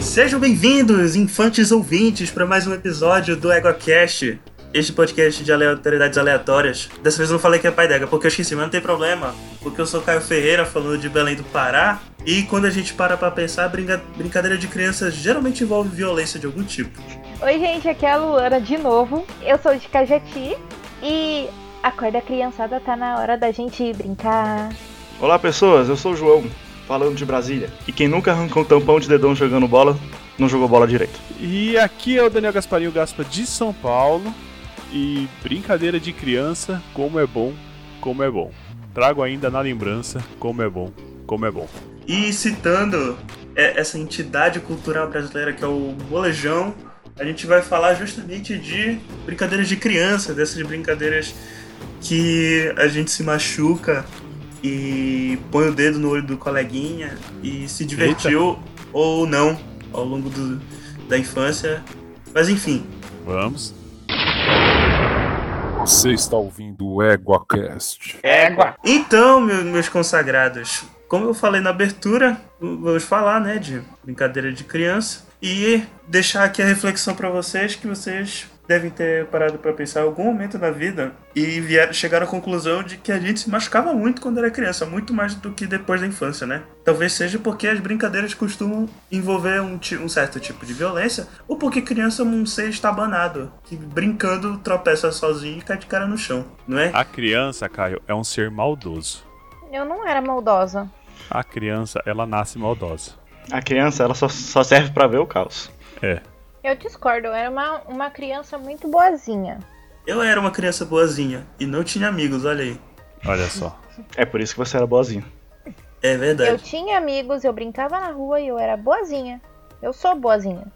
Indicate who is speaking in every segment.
Speaker 1: Sejam bem-vindos, infantes ouvintes, para mais um episódio do EgoCast. Este podcast de aleatoriedades aleatórias. Dessa vez eu não falei que é pai d'égua, porque eu esqueci, mas não tem problema. Porque eu sou Caio Ferreira, falando de Belém do Pará. E quando a gente para pra pensar, brinca- brincadeira de crianças geralmente envolve violência de algum tipo.
Speaker 2: Oi, gente, aqui é a Luana de novo. Eu sou de Cajati e acorda criançada, tá na hora da gente brincar.
Speaker 3: Olá pessoas, eu sou o João, falando de Brasília. E quem nunca arrancou um tampão de dedão jogando bola, não jogou bola direito.
Speaker 4: E aqui é o Daniel Gasparinho Gaspa de São Paulo. E brincadeira de criança, como é bom, como é bom. Trago ainda na lembrança, como é bom, como é bom.
Speaker 1: E citando é, essa entidade cultural brasileira que é o Molejão, a gente vai falar justamente de brincadeiras de criança, dessas brincadeiras que a gente se machuca e põe o dedo no olho do coleguinha e se divertiu ou não ao longo do- da infância. Mas enfim,
Speaker 4: Vamos.
Speaker 5: Você está ouvindo o EguaCast.
Speaker 3: É.
Speaker 1: Então, meu- meus consagrados, como eu falei na abertura, vamos falar, né, de brincadeira de criança e deixar aqui a reflexão para vocês que vocês devem ter parado para pensar em algum momento na vida e vieram, chegaram à conclusão de que a gente se machucava muito quando era criança, muito mais do que depois da infância, né? Talvez seja porque as brincadeiras costumam envolver um, ti- um certo tipo de violência ou porque criança é um ser estabanado que brincando tropeça sozinho e cai de cara no chão, não é?
Speaker 4: A criança, Caio, é um ser maldoso.
Speaker 2: Eu não era maldosa.
Speaker 4: A criança, ela nasce maldosa.
Speaker 3: A criança, ela só, só serve pra ver o caos.
Speaker 4: É,
Speaker 2: Eu discordo, eu era uma, uma criança muito boazinha.
Speaker 1: Eu era uma criança boazinha e não tinha amigos, olha aí.
Speaker 4: Olha só.
Speaker 3: É por isso que você era boazinho.
Speaker 1: É
Speaker 2: Eu
Speaker 1: verdade.
Speaker 2: tinha amigos, eu brincava na rua e eu era boazinha. Eu sou boazinha.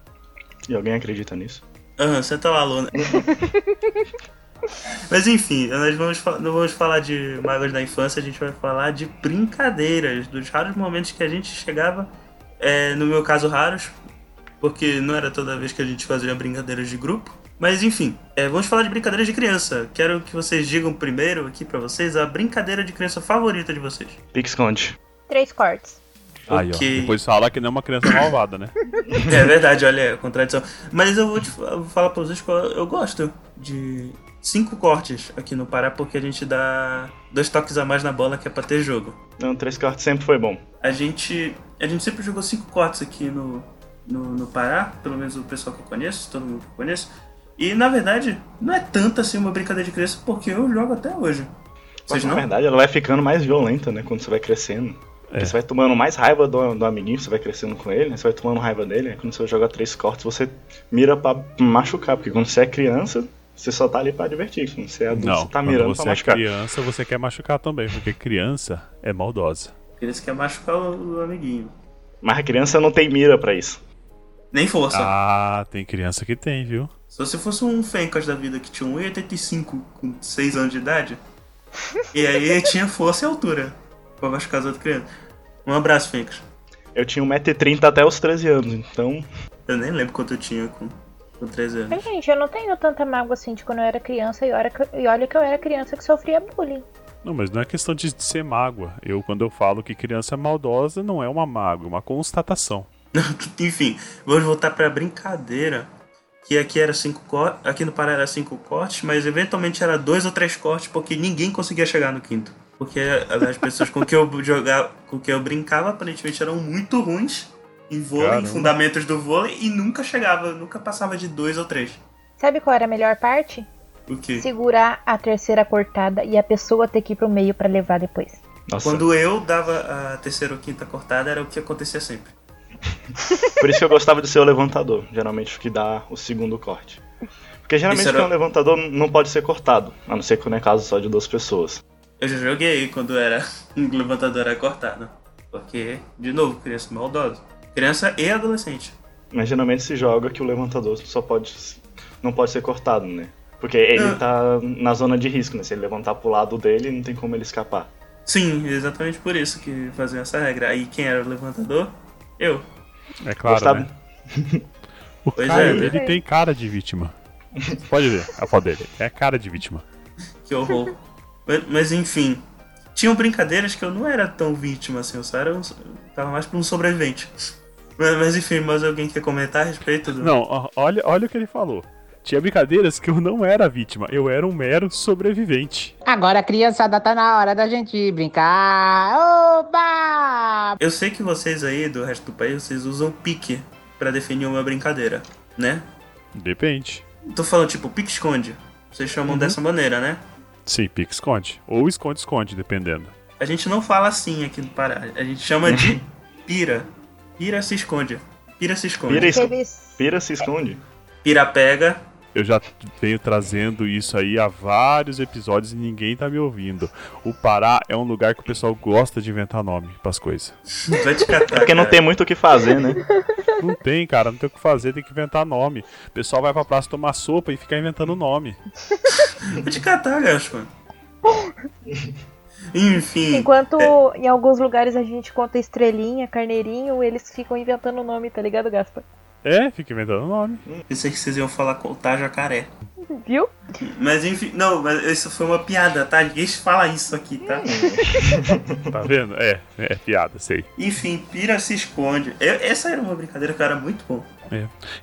Speaker 3: E alguém acredita nisso?
Speaker 1: Aham, você tá lá, Luna. Mas enfim, nós vamos, fa- não vamos falar de magos da infância, a gente vai falar de brincadeiras, dos raros momentos que a gente chegava, é, no meu caso, raros, porque não era toda vez que a gente fazia brincadeiras de grupo. Mas enfim, é, vamos falar de brincadeiras de criança. Quero que vocês digam primeiro aqui pra vocês a brincadeira de criança favorita de vocês.
Speaker 3: Pique esconde.
Speaker 2: Três cortes.
Speaker 4: Aí, ó.
Speaker 1: Ok.
Speaker 4: Depois fala que não é uma criança malvada, né?
Speaker 1: É verdade, olha, é contradição. Mas eu vou te fa- eu vou falar pra vocês que eu, eu gosto de cinco cortes aqui no Pará, porque a gente dá dois toques a mais na bola que é pra ter jogo.
Speaker 3: Não, Então, três cortes sempre foi bom.
Speaker 1: A gente, a gente sempre jogou cinco cortes aqui no, no, no Pará, pelo menos o pessoal que eu conheço, todo mundo que eu conheço. E na verdade, não é tanto assim uma brincadeira de criança, porque eu jogo até hoje.
Speaker 3: Mas
Speaker 1: Vocês
Speaker 3: na
Speaker 1: não?
Speaker 3: verdade, ela vai ficando mais violenta, né? Quando você vai crescendo.
Speaker 4: É.
Speaker 3: Porque Você vai tomando mais raiva do, do amiguinho, você vai crescendo com ele, né? Você vai tomando raiva dele. Aí Quando você joga três cortes, você mira pra machucar. Porque quando você é criança, você só tá ali pra divertir. Quando você é adulto,
Speaker 4: Não.
Speaker 3: você tá
Speaker 4: quando
Speaker 3: mirando pra
Speaker 4: você é
Speaker 3: machucar.
Speaker 4: criança, você quer machucar também, porque criança é maldosa.
Speaker 1: Eles querem machucar o, o amiguinho.
Speaker 3: Mas a criança não tem mira pra isso.
Speaker 1: Nem força.
Speaker 4: Ah, tem criança que tem, viu?
Speaker 1: Se você fosse um Fencas da vida que tinha 1,85 com 6 anos de idade, e aí tinha força e altura pra machucar as outras crianças. Um abraço, Fencas.
Speaker 3: Eu tinha 1,30m até os 13 anos, então.
Speaker 1: Eu nem lembro quanto eu tinha com, com 13 anos.
Speaker 2: Mas, gente, eu não tenho tanta mágoa assim de quando eu era criança e olha que, e olha que eu era criança que sofria bullying.
Speaker 4: Não, mas não é questão de ser mágoa. Eu, quando eu falo que criança é maldosa, não é uma mágoa, é uma constatação.
Speaker 1: Enfim, vamos voltar pra brincadeira. Que aqui era cinco cortes, aqui no Pará era cinco cortes, mas eventualmente era dois ou três cortes, porque ninguém conseguia chegar no quinto. Porque as pessoas com que eu jogava, com que eu brincava, aparentemente eram muito ruins em vôlei, em
Speaker 4: Caramba.
Speaker 1: fundamentos do vôlei, e nunca chegava, nunca passava de dois ou três.
Speaker 2: Sabe qual era a melhor parte?
Speaker 1: O quê?
Speaker 2: segurar a terceira cortada e a pessoa ter que ir pro meio pra levar depois.
Speaker 3: Nossa,
Speaker 1: Quando eu dava a terceira ou quinta cortada, era o que acontecia sempre.
Speaker 3: por isso que eu gostava de ser o levantador, geralmente o que dá o segundo corte. Porque geralmente
Speaker 1: Isso era-
Speaker 3: quem é um levantador não pode ser cortado, a não ser quando é caso só de duas pessoas.
Speaker 1: Eu já joguei quando era um levantador era cortado. Porque, de novo, criança maldosa. Criança e adolescente.
Speaker 3: Mas geralmente se joga que o levantador só pode. não pode ser cortado, né? Porque
Speaker 1: Ah.
Speaker 3: ele tá na zona de risco, né? Se ele levantar pro lado dele, não tem como ele escapar.
Speaker 1: Sim, exatamente por isso que faziam essa regra. Aí quem era o levantador? Eu.
Speaker 4: É claro,
Speaker 3: Gostava-
Speaker 4: né? O
Speaker 1: Pois
Speaker 4: Caio,
Speaker 1: é.
Speaker 4: ele tem cara de vítima. Pode ver a foto dele. É cara de vítima.
Speaker 1: Que horror. mas, mas, enfim. Tinham brincadeiras que eu não era tão vítima assim, eu só era um, tava mais pra um sobrevivente. Mas, mas enfim, mas alguém quer comentar a respeito do.
Speaker 4: Não, ó, olha, olha o que ele falou. Tinha brincadeiras que eu não era vítima, eu era um mero sobrevivente.
Speaker 6: Agora, criançada, tá na hora da gente brincar. Oba!
Speaker 1: Eu sei que vocês aí do resto do país, vocês usam pique pra definir uma brincadeira, né?
Speaker 4: Depende.
Speaker 1: Tô falando tipo pique-esconde. Vocês chamam
Speaker 3: Uhum.
Speaker 1: dessa maneira, né?
Speaker 4: Sim, pique esconde. Ou esconde, esconde, dependendo.
Speaker 1: A gente não fala assim aqui no Pará. A gente chama de
Speaker 3: Uhum.
Speaker 1: pira. Pira se esconde. Pira se esconde.
Speaker 3: Pira,
Speaker 1: Pira,
Speaker 3: es...
Speaker 2: Aqueles...
Speaker 3: Pira se
Speaker 1: É.
Speaker 3: esconde.
Speaker 1: pega.
Speaker 4: Eu já venho trazendo isso aí há vários episódios e ninguém tá me ouvindo. O Pará é um lugar que o pessoal gosta de inventar nome pras coisas.
Speaker 1: Vai te catar.
Speaker 3: Porque não
Speaker 1: cara.
Speaker 3: tem muito o que fazer, né?
Speaker 4: Não tem, cara, não tem o que fazer, tem que inventar nome. O pessoal vai pra praça tomar sopa e ficar inventando nome.
Speaker 1: Vai te catar, Gaspa. Enfim.
Speaker 2: Enquanto em alguns lugares a gente conta estrelinha, carneirinho, eles ficam inventando o nome, tá ligado, Gaspa?
Speaker 4: É, fica inventando nome.
Speaker 1: Pensei que vocês iam falar contar jacaré.
Speaker 2: Viu?
Speaker 1: Mas enfim, não, mas isso foi uma piada, tá? Ninguém fala isso aqui, tá?
Speaker 3: Hum.
Speaker 4: Tá vendo? É, é piada, sei.
Speaker 1: Enfim, pira se esconde. Eu- essa era uma brincadeira que eu era muito bom.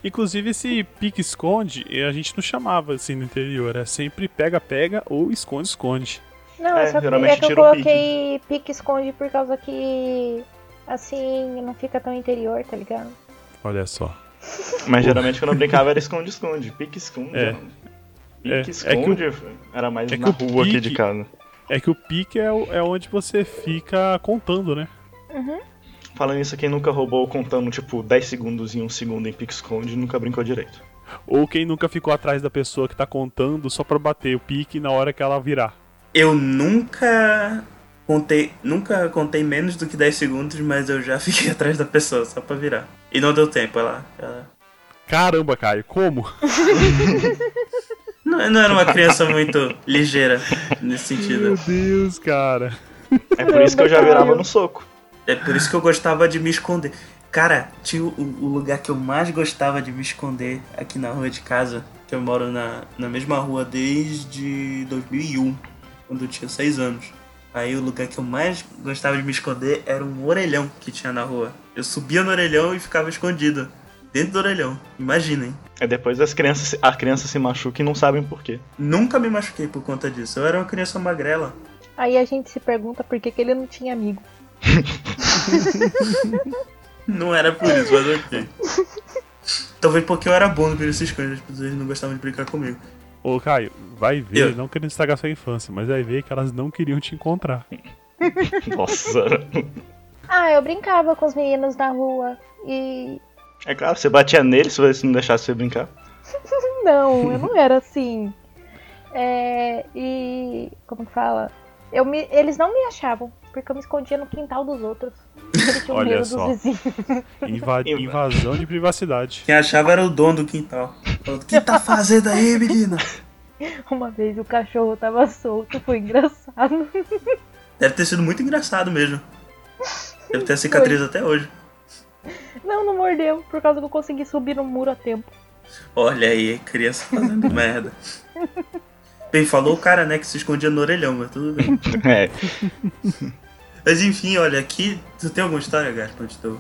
Speaker 4: Inclusive, esse pique-esconde eh, a gente não chamava assim no interior. É sempre pega-pega ou esconde-esconde.
Speaker 2: Não, é,
Speaker 3: É,
Speaker 2: só que,
Speaker 3: geralmente
Speaker 2: é que eu
Speaker 3: tira o pique.
Speaker 2: coloquei pique-esconde por causa que, assim, não fica tão interior, tá ligado?
Speaker 4: Olha só.
Speaker 3: Mas geralmente quando eu brincava era esconde-esconde. Pique-esconde.
Speaker 4: É. É, é que o-
Speaker 3: Pique-esconde era mais
Speaker 4: é que
Speaker 3: na
Speaker 4: o
Speaker 3: rua aqui de
Speaker 4: pique-
Speaker 3: casa.
Speaker 4: É que o pique é, o- é onde você fica contando, né?
Speaker 3: Falando isso, quem nunca roubou contando, tipo, 10 segundos em um segundo em pique-esconde nunca brincou direito.
Speaker 4: Ou quem nunca ficou atrás da pessoa que tá contando só pra bater o pique na hora que ela virar.
Speaker 1: Eu nunca contei, nunca contei menos do que 10 segundos, mas eu já fiquei atrás da pessoa só pra virar. E não deu tempo, ela. ela...
Speaker 4: Caramba, Caio, como?
Speaker 1: Não, não era uma criança muito ligeira nesse sentido.
Speaker 4: Meu Deus, cara.
Speaker 3: É por isso que eu já virava no soco.
Speaker 1: É por isso que eu gostava de me esconder. Cara, tinha o, o lugar que eu mais gostava de me esconder aqui na rua de casa, que eu moro na, na mesma rua desde 2001, quando eu tinha 6 anos. Aí o lugar que eu mais gostava de me esconder era um orelhão que tinha na rua. Eu subia no orelhão e ficava escondido. Dentro do orelhão, imaginem.
Speaker 3: É depois as crianças, se- a criança se machuca e não sabem por quê.
Speaker 1: Nunca me machuquei por conta disso. Eu era uma criança magrela.
Speaker 2: Aí a gente se pergunta por que, que ele não tinha amigo.
Speaker 1: Não era por isso, mas ok. Talvez porque eu era bom no período se esconde, as pessoas não gostavam de brincar comigo.
Speaker 4: Ô, Caio, vai ver,
Speaker 1: Eu.
Speaker 4: não querendo estragar sua infância, mas vai ver que elas não queriam te encontrar.
Speaker 3: Nossa.
Speaker 2: Ah, eu brincava com os meninos na rua e...
Speaker 3: É claro, você batia nele se você não deixasse você brincar.
Speaker 2: Não, eu não era assim. É, e... como que fala? Eu me, eles não me achavam, porque eu me escondia no quintal dos outros. Eles tinham
Speaker 4: Olha
Speaker 2: um medo
Speaker 4: só.
Speaker 2: dos vizinhos.
Speaker 4: Inva- invasão de privacidade.
Speaker 1: Quem achava era o dono do quintal. Falando, O que tá fazendo aí, menina?
Speaker 2: Uma vez o cachorro tava solto, foi engraçado.
Speaker 1: Deve ter sido muito engraçado mesmo. Deve ter a cicatriz até hoje.
Speaker 2: Não, não mordeu, por causa que eu consegui subir no muro a tempo.
Speaker 1: Olha aí, criança fazendo merda. Bem, falou o cara, né, que se escondia no orelhão, mas tudo bem.
Speaker 3: É.
Speaker 1: Mas enfim, olha, aqui. Tu tem alguma história, Gaspa, antes de eu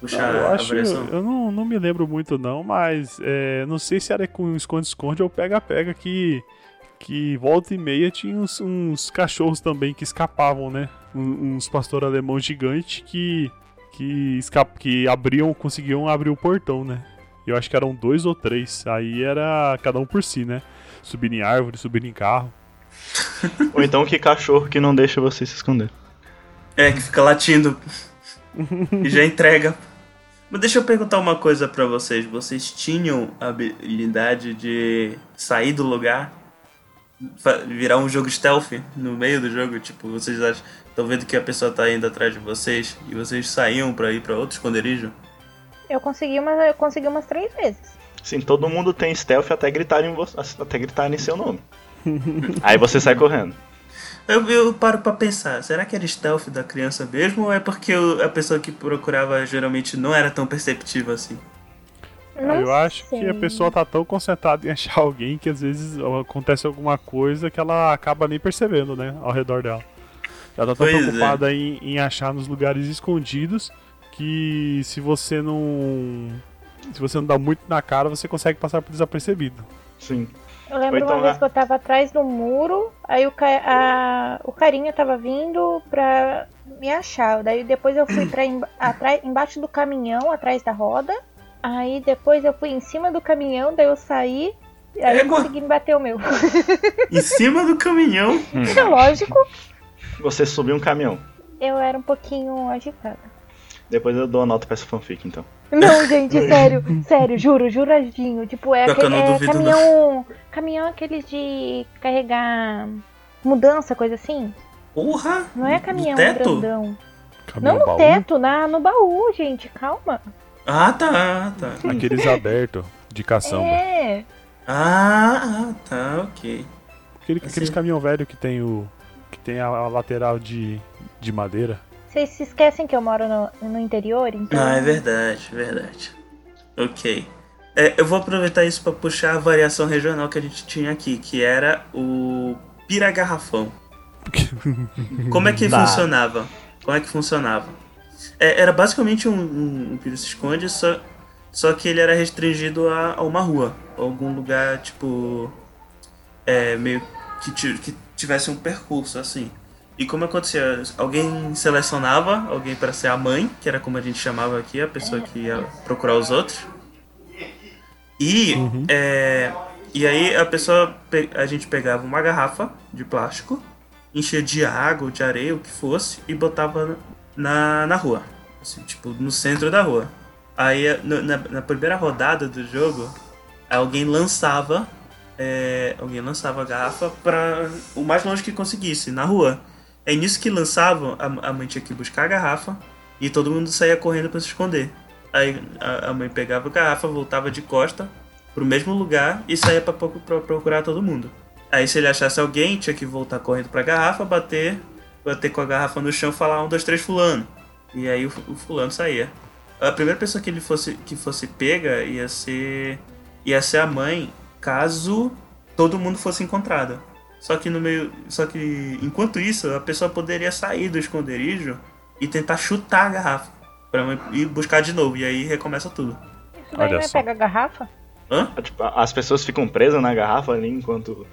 Speaker 1: puxar
Speaker 4: eu
Speaker 1: a
Speaker 4: acho,
Speaker 1: avaliação?
Speaker 4: eu não, não me lembro muito não, mas é, não sei se era com esconde-esconde ou pega-pega que, que volta e meia tinha uns, uns cachorros também que escapavam, né? Um- uns pastor alemão gigante que que, esca- que abriam, conseguiam abrir o portão, né? Eu acho que eram dois ou três, aí era cada um por si, né? Subir em árvore, subir em carro.
Speaker 3: Ou então que cachorro que não deixa você se esconder.
Speaker 1: É, que fica latindo. e já entrega. Mas deixa eu perguntar uma coisa pra vocês. Vocês tinham a habilidade de sair do lugar? Fa- Virar um jogo stealth no meio do jogo? Tipo, vocês estão vendo que a pessoa tá indo atrás de vocês e vocês saíam pra ir pra outro esconderijo?
Speaker 2: Eu consegui, uma, eu consegui umas três vezes.
Speaker 3: Sim, todo mundo tem stealth até gritarem, vo- até gritarem seu nome. Aí você sai correndo.
Speaker 1: Eu, eu paro pra pensar, será que era stealth da criança mesmo ou é porque o- a pessoa que procurava geralmente não era tão perceptiva assim?
Speaker 2: Não
Speaker 4: Ah, eu acho que a
Speaker 2: sei.
Speaker 4: pessoa tá tão concentrada em achar alguém que às vezes acontece alguma coisa que ela acaba nem percebendo, né? Ao redor dela. Ela tá tão
Speaker 1: Pois é.
Speaker 4: preocupada em, em achar nos lugares escondidos que se você não. Se você não dá muito na cara, você consegue passar por desapercebido.
Speaker 3: Sim.
Speaker 2: Eu lembro
Speaker 3: Ou então,
Speaker 2: uma vez
Speaker 3: né?
Speaker 2: que eu tava atrás do muro, aí o, ca- a- o carinha tava vindo pra me achar. Daí depois eu fui pra emba- atrás- embaixo do caminhão, atrás da roda. Aí depois eu fui em cima do caminhão, daí eu saí. E aí eu
Speaker 1: Égua.
Speaker 2: consegui me bater o meu.
Speaker 1: Em cima do caminhão.
Speaker 2: É lógico,
Speaker 3: Você subiu um caminhão.
Speaker 2: eu era um pouquinho agitada.
Speaker 3: Depois eu dou a nota pra essa fanfic, então.
Speaker 2: Não, gente, sério, sério, juro, juradinho. Tipo, é,
Speaker 1: Pior que eu
Speaker 2: aquele,
Speaker 1: não
Speaker 2: é
Speaker 1: duvido,
Speaker 2: caminhão. Caminhão aqueles de carregar mudança, coisa assim.
Speaker 1: Porra!
Speaker 2: Não é
Speaker 1: No
Speaker 2: caminhão
Speaker 1: teto?
Speaker 2: grandão.
Speaker 4: Caminhão
Speaker 2: Não no
Speaker 4: baú,
Speaker 2: teto, na, no baú, gente, calma.
Speaker 1: Ah, tá, ah, tá.
Speaker 4: Aqueles abertos de caçamba.
Speaker 2: É.
Speaker 1: Ah, ah, tá, ok.
Speaker 4: Aquele, aqueles
Speaker 1: Assim.
Speaker 4: caminhão velho que tem o. que tem a, a lateral de, de madeira.
Speaker 2: Vocês se esquecem que eu moro no, no interior, então.
Speaker 1: Ah, é verdade, verdade. Ok. É, eu vou aproveitar isso pra puxar a variação regional que a gente tinha aqui, que era o piragarrafão. Como é que
Speaker 3: Tá.
Speaker 1: funcionava? Como é que funcionava? É, era basicamente um, um, um piro se esconde, só, só que ele era restringido a, a uma rua, algum lugar tipo é, meio que, ti- que tivesse um percurso assim. E como acontecia? Alguém selecionava alguém para ser a mãe, que era como a gente chamava aqui, a pessoa que ia procurar os outros. E, é, e aí a pessoa, pe- a gente pegava uma garrafa de plástico, enchia de água, ou de areia, o que fosse, e botava na, na rua. Assim, tipo, no centro da rua. Aí no- na, na primeira rodada do jogo, alguém lançava. é, alguém lançava a garrafa para o mais longe que conseguisse, na rua. É nisso que lançavam, a, a mãe tinha que buscar a garrafa e todo mundo saía correndo para se esconder. Aí a, a mãe pegava a garrafa, voltava de costa pro mesmo lugar e saía para procurar todo mundo. Aí se ele achasse alguém, tinha que voltar correndo pra garrafa, bater, bater com a garrafa no chão, falar um, dois, três, fulano. E aí o, fu- o fulano saía. A primeira pessoa que ele fosse que fosse pega ia ser ia ser é a mãe, caso todo mundo fosse encontrado. Só que no meio, só que enquanto isso, a pessoa poderia sair do esconderijo e tentar chutar a garrafa para ir buscar de novo e aí recomeça tudo.
Speaker 2: Isso daí
Speaker 4: Olha
Speaker 2: não é
Speaker 4: só.
Speaker 2: pegar garrafa?
Speaker 1: Hã?
Speaker 3: Tipo, a- as pessoas ficam presas na garrafa ali enquanto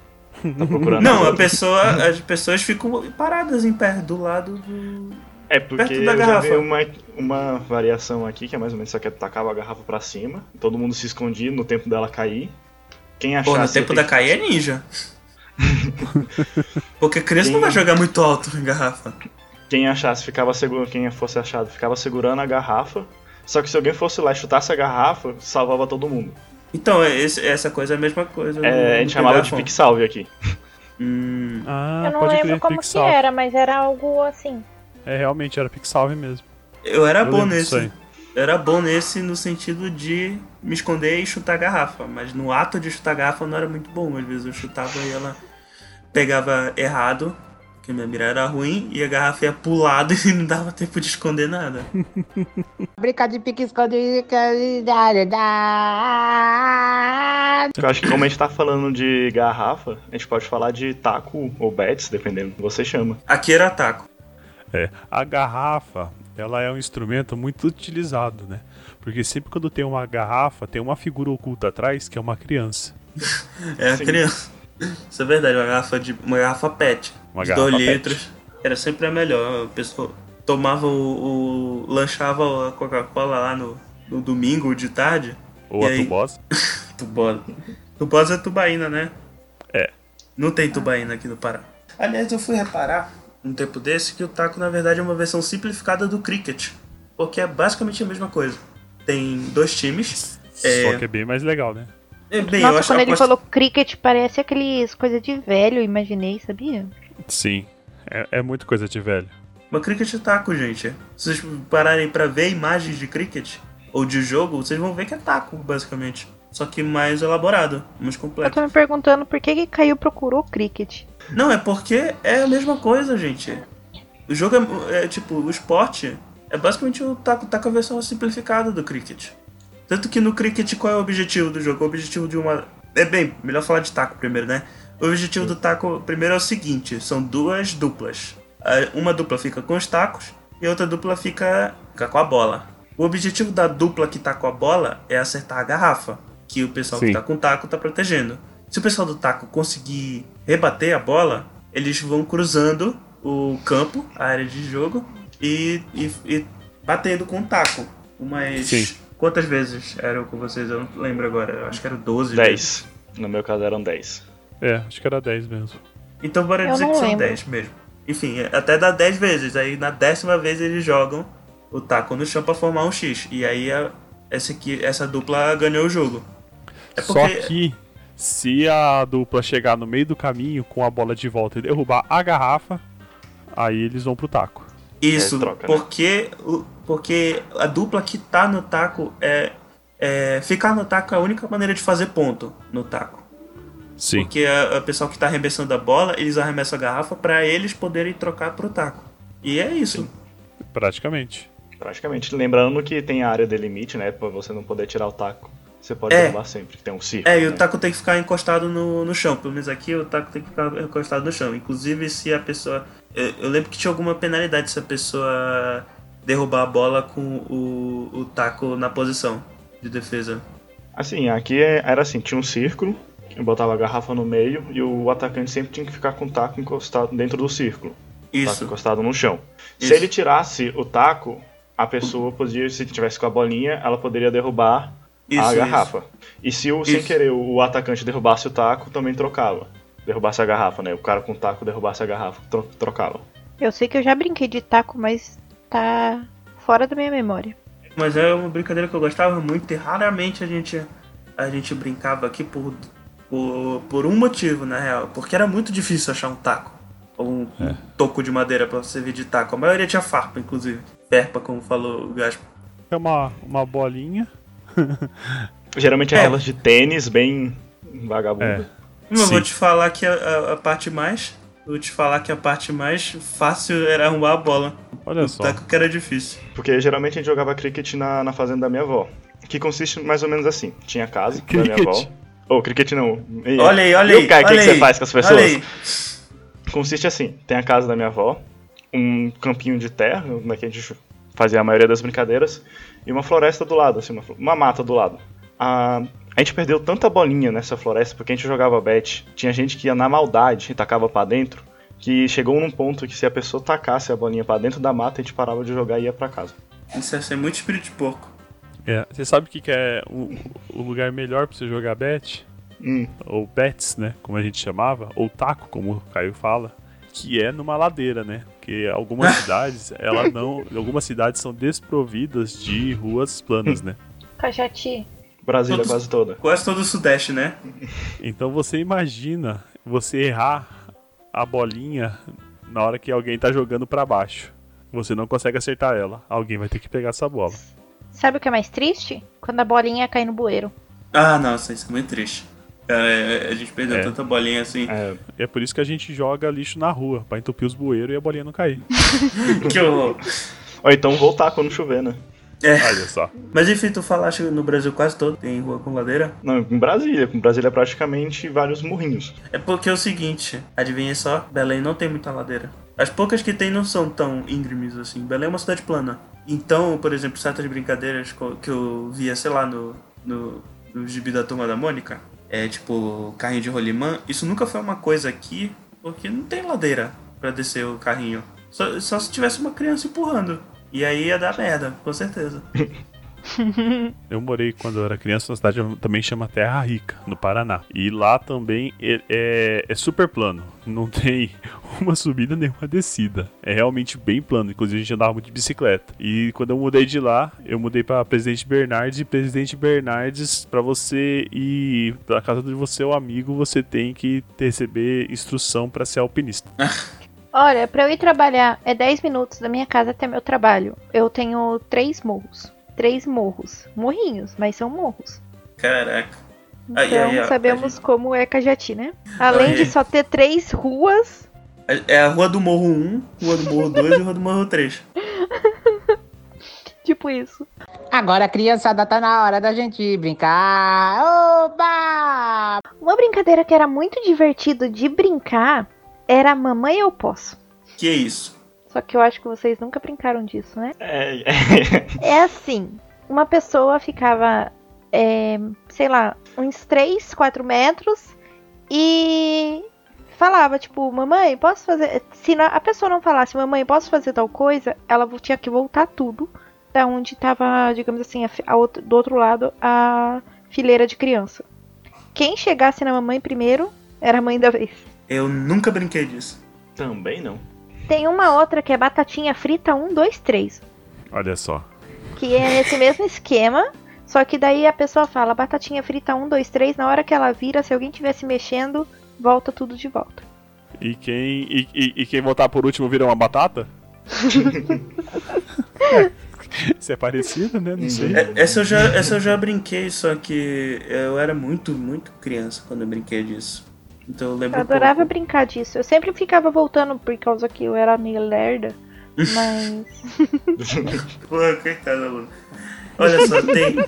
Speaker 3: tá procurando.
Speaker 1: Não, a
Speaker 3: é,
Speaker 1: pessoa, as pessoas ficam paradas em pé do lado do
Speaker 3: É porque
Speaker 1: perto da
Speaker 3: eu já
Speaker 1: garrafa.
Speaker 3: vi uma, uma variação aqui, que é mais ou menos só que tacava a garrafa pra cima, todo mundo se escondia no tempo dela cair. Quem achasse...
Speaker 1: Pô, no tempo da cair é ninja. Porque criança não
Speaker 3: Sim.
Speaker 1: vai jogar muito alto em garrafa.
Speaker 3: Quem achasse ficava segurando, quem fosse achado ficava segurando a garrafa. Só que se alguém fosse lá e chutasse a garrafa, salvava todo mundo.
Speaker 1: Então, esse- essa coisa é a mesma coisa.
Speaker 3: É, a gente chamava de pique salve aqui.
Speaker 1: Hum,
Speaker 4: Ah,
Speaker 2: eu não
Speaker 4: pode
Speaker 2: lembro
Speaker 4: crer,
Speaker 2: como
Speaker 4: pixel.
Speaker 2: que era, mas era algo assim.
Speaker 4: É, realmente, era pixel mesmo.
Speaker 1: eu era
Speaker 4: Eu
Speaker 1: É bom
Speaker 4: lembro disso
Speaker 1: nesse.
Speaker 4: aí.
Speaker 1: Eu era bom nesse no sentido de me esconder e chutar a garrafa. Mas no ato de chutar a garrafa eu não era muito bom. Às vezes eu chutava e ela pegava errado. Porque minha mira era ruim e a garrafa ia pro lado e não dava tempo de esconder nada.
Speaker 6: Brincar de pique esconde. que- da- da- da-
Speaker 3: Eu acho que como a gente tá falando de garrafa, a gente pode falar de taco ou bets, dependendo do que você chama.
Speaker 1: Aqui era taco.
Speaker 4: É, a garrafa, ela é um instrumento muito utilizado, né? Porque sempre quando tem uma garrafa, tem uma figura oculta atrás que é uma criança.
Speaker 1: É a
Speaker 3: Sim.
Speaker 1: criança. Isso é verdade, uma garrafa de. Uma garrafa pet.
Speaker 4: Uma
Speaker 1: de
Speaker 4: garrafa
Speaker 1: dois
Speaker 4: pet.
Speaker 1: litros. Era sempre a melhor. A pessoa tomava o. o- lanchava a Coca-Cola lá no, no domingo de tarde.
Speaker 4: Ou
Speaker 1: E
Speaker 4: a
Speaker 1: aí?
Speaker 4: tubosa.
Speaker 1: Tubosa. Tubosa é tubaína, né?
Speaker 4: É.
Speaker 1: Não tem tubaína aqui no Pará. Aliás, eu fui reparar um tempo desse que o taco, na verdade, é uma versão simplificada do cricket. Porque é basicamente a mesma coisa. Tem dois times. É.
Speaker 4: Só que é bem mais legal, né?
Speaker 1: É, Bem, eu
Speaker 2: Nossa,
Speaker 1: acho
Speaker 2: quando ele
Speaker 1: aposto-
Speaker 2: falou cricket, parece aqueles coisa de velho, eu imaginei, sabia?
Speaker 4: Sim. É, é muito coisa de velho.
Speaker 1: Mas cricket é taco, gente. Se vocês pararem pra ver imagens de cricket ou de jogo, vocês vão ver que é taco, basicamente. Só que mais elaborado, mais
Speaker 2: Eu
Speaker 1: completo.
Speaker 2: tô me perguntando por que, que Caiu procurou cricket.
Speaker 1: Não, é porque é a mesma coisa, gente. O jogo é, é, tipo, o esporte é basicamente o taco, taco é a versão simplificada do cricket. Tanto que no cricket qual é o objetivo do jogo? O objetivo de uma. É bem, melhor falar de taco primeiro, né? O objetivo do taco primeiro é o seguinte: são duas duplas. Ah, Uma dupla fica com os tacos e a outra dupla fica ficar com a bola. O objetivo da dupla que tá com a bola é acertar a garrafa, que o pessoal que
Speaker 4: Sim.
Speaker 1: tá com o taco tá protegendo. Se o pessoal do taco conseguir rebater a bola, eles vão cruzando o campo, a área de jogo, e, e- e batendo com o taco. Umas.
Speaker 4: Sim.
Speaker 1: Quantas vezes eram com vocês? Eu não lembro agora. Eu acho que eram 12 vezes.
Speaker 3: 10. No meu caso eram 10.
Speaker 4: É, acho que era 10 mesmo.
Speaker 1: Então bora
Speaker 2: Eu
Speaker 1: dizer
Speaker 2: não
Speaker 1: que são
Speaker 2: lembro.
Speaker 1: 10 mesmo. Enfim, é, até dá 10 vezes. Aí na décima vez eles jogam o taco no chão pra formar um X. E aí a- essa, aqui, essa dupla ganhou o jogo. É
Speaker 4: Só
Speaker 1: porque.
Speaker 4: que se a dupla chegar no meio do caminho com a bola de volta e derrubar a garrafa, aí eles vão pro taco.
Speaker 1: Isso,
Speaker 3: É, troca, né?
Speaker 1: porque, o- porque a dupla que tá no taco é, é. Ficar no taco é a única maneira de fazer ponto no taco.
Speaker 4: Sim.
Speaker 1: Porque a, a pessoal que tá arremessando a bola, eles arremessam a garrafa pra eles poderem trocar pro taco. E é isso.
Speaker 4: Praticamente.
Speaker 3: Praticamente. Lembrando que tem a área de limite, né? Pra você não poder tirar o taco. Você pode
Speaker 1: É.
Speaker 3: derrubar sempre, que tem um círculo.
Speaker 1: É, e o
Speaker 3: né?
Speaker 1: taco tem que ficar encostado no, no chão. Pelo menos aqui o taco tem que ficar encostado no chão. Inclusive, se a pessoa. Eu, eu lembro que tinha alguma penalidade se a pessoa derrubar a bola com o, o taco na posição de defesa.
Speaker 3: Assim, aqui é- era assim, tinha um círculo, eu botava a garrafa no meio e o atacante sempre tinha que ficar com o taco encostado dentro do círculo. Taco
Speaker 1: Isso.
Speaker 3: encostado no chão.
Speaker 1: Isso.
Speaker 3: Se ele tirasse o taco, a pessoa podia, se tivesse com a bolinha, ela poderia derrubar
Speaker 1: Isso,
Speaker 3: a
Speaker 1: isso.
Speaker 3: garrafa. E se o, sem
Speaker 1: Isso.
Speaker 3: querer o atacante derrubasse o taco, também trocava. Derrubasse a garrafa, né? O cara com o taco derrubasse a garrafa, tro trocava.
Speaker 2: Eu sei que eu já brinquei de taco, mas tá fora da minha memória.
Speaker 1: Mas é uma brincadeira que eu gostava muito e raramente a gente, a gente brincava aqui por, por, por um motivo, na real. Porque era muito difícil achar um taco. Ou um
Speaker 4: É.
Speaker 1: toco de madeira pra servir de taco. A maioria tinha farpa, inclusive. Ferpa, como falou o Gaspo.
Speaker 4: É uma, uma bolinha.
Speaker 3: Geralmente
Speaker 1: É.
Speaker 3: é. elas de tênis, bem
Speaker 4: É,
Speaker 3: vagabunda.
Speaker 1: Mas Eu
Speaker 4: Sim.
Speaker 1: vou te falar que a, a- a parte mais. Vou te falar que a parte mais fácil era arrumar a bola.
Speaker 4: Olha só.
Speaker 1: Taco que era difícil.
Speaker 3: Porque geralmente a gente jogava cricket na, na fazenda da minha avó. Que consiste mais ou menos assim. Tinha a casa da minha avó.
Speaker 4: Cricket.
Speaker 3: Ou cricket não. E-
Speaker 1: Olha aí, olha aí.
Speaker 3: E o cara, o que,
Speaker 1: olha
Speaker 3: que você
Speaker 1: aí,
Speaker 3: faz com as
Speaker 1: Olha
Speaker 3: pessoas?
Speaker 1: aí.
Speaker 3: Consiste assim: tem a casa da minha avó, um campinho de terra, onde a gente fazia a maioria das brincadeiras, e uma floresta do lado, assim, uma, flo- uma mata do lado. A, a gente perdeu tanta bolinha nessa floresta porque a gente jogava bet. Tinha gente que ia na maldade e tacava pra dentro, que chegou num ponto que se a pessoa tacasse a bolinha pra dentro da mata, a gente parava de jogar e ia pra casa.
Speaker 1: Isso ia ser muito espírito de porco.
Speaker 4: É, Você sabe o que, que é o, o lugar melhor pra você jogar bet?
Speaker 3: Hum.
Speaker 4: Ou bets, né? Como a gente chamava. Ou taco, como o Caio fala. Que é numa ladeira, né? Porque algumas cidades, ela não. Algumas cidades são desprovidas de ruas planas, né?
Speaker 2: Cajati.
Speaker 3: Brasília
Speaker 1: Todos-
Speaker 3: quase toda.
Speaker 1: Quase todo o Sudeste, né?
Speaker 4: Então você imagina você errar a bolinha na hora que alguém tá jogando pra baixo. Você não consegue acertar ela. Alguém vai ter que pegar essa bola.
Speaker 2: Sabe o que é mais triste? Quando a bolinha cai no bueiro.
Speaker 1: Ah, nossa, isso é muito triste. Cara, é- é- a gente perdeu
Speaker 4: É.
Speaker 1: tanta bolinha assim.
Speaker 3: É,
Speaker 4: E é por isso que a gente joga lixo na rua, pra entupir os bueiros e a bolinha não cair.
Speaker 1: Que horror.
Speaker 3: Ou então voltar quando chover, né?
Speaker 1: É.
Speaker 4: Olha só.
Speaker 1: Mas enfim, tu falaste que no Brasil quase todo tem rua com ladeira.
Speaker 3: Não, em Brasília. Com Brasília é praticamente vários morrinhos.
Speaker 1: É porque é o seguinte, adivinha só, Belém não tem muita ladeira. As poucas que tem não são tão íngremes assim. Belém é uma cidade plana. Então, por exemplo, certas brincadeiras co- que eu via, sei lá, no, no, no gibi da Turma da Mônica, é tipo carrinho de rolimã, isso nunca foi uma coisa aqui, porque não tem ladeira pra descer o carrinho. Só, só se tivesse uma criança empurrando. E aí ia dar merda, com certeza.
Speaker 4: Eu morei quando eu era criança numa cidade que também chama Terra Rica, no Paraná. E lá também é, é- é super plano. Não tem uma subida nem uma descida. É realmente bem plano. Inclusive a gente andava muito de bicicleta. E quando eu mudei de lá, eu mudei pra Presidente Bernardes. E Presidente Bernardes, pra você ir pra casa do seu amigo, você tem que receber instrução pra ser alpinista.
Speaker 2: Olha, pra eu ir trabalhar é 10 minutos da minha casa até meu trabalho. Eu tenho três morros. Três morros. Morrinhos, mas são morros.
Speaker 1: Caraca.
Speaker 2: Então
Speaker 1: Aí, aí, ó, a
Speaker 2: sabemos
Speaker 1: gente-
Speaker 2: como é Cajati, né? Além
Speaker 1: Aí.
Speaker 2: de só ter três ruas,
Speaker 1: É a rua do Morro 1, rua do Morro 2 e rua do Morro 3.
Speaker 2: tipo isso.
Speaker 6: Agora, criançada, tá na hora da gente brincar. Oba!
Speaker 2: Uma brincadeira que era muito divertido de brincar era Mamãe Eu Posso.
Speaker 1: Que é isso?
Speaker 2: Só que eu acho que vocês nunca brincaram disso, né?
Speaker 3: É, é,
Speaker 2: É assim, uma pessoa ficava, é, sei lá, uns 3, 4 metros e falava, tipo, mamãe, posso fazer... Se na- a pessoa não falasse, mamãe, posso fazer tal coisa, ela vo- tinha que voltar tudo da onde tava, digamos assim, a fi- a outro- do outro lado, a fileira de criança. Quem chegasse na mamãe primeiro era a mãe da vez.
Speaker 1: Eu nunca brinquei disso.
Speaker 3: também não.
Speaker 2: Tem uma outra que é batatinha frita 1, 2, 3.
Speaker 4: Olha só.
Speaker 2: Que é nesse mesmo esquema, só que daí a pessoa fala batatinha frita 1, 2, 3, na hora que ela vira, se alguém tivesse mexendo, volta tudo de volta.
Speaker 4: E quem, e, e- e quem votar por último vira uma batata? Isso é parecido, né? Não sei.
Speaker 1: É, Essa eu, já, essa eu já brinquei, só que eu era muito, muito criança quando eu brinquei disso. Então eu lembro.
Speaker 2: Eu adorava
Speaker 1: pouco.
Speaker 2: brincar disso. Eu sempre ficava voltando por causa que eu era meio lerda. Mas.
Speaker 1: Pô, coitado, aluno. Olha só, tem.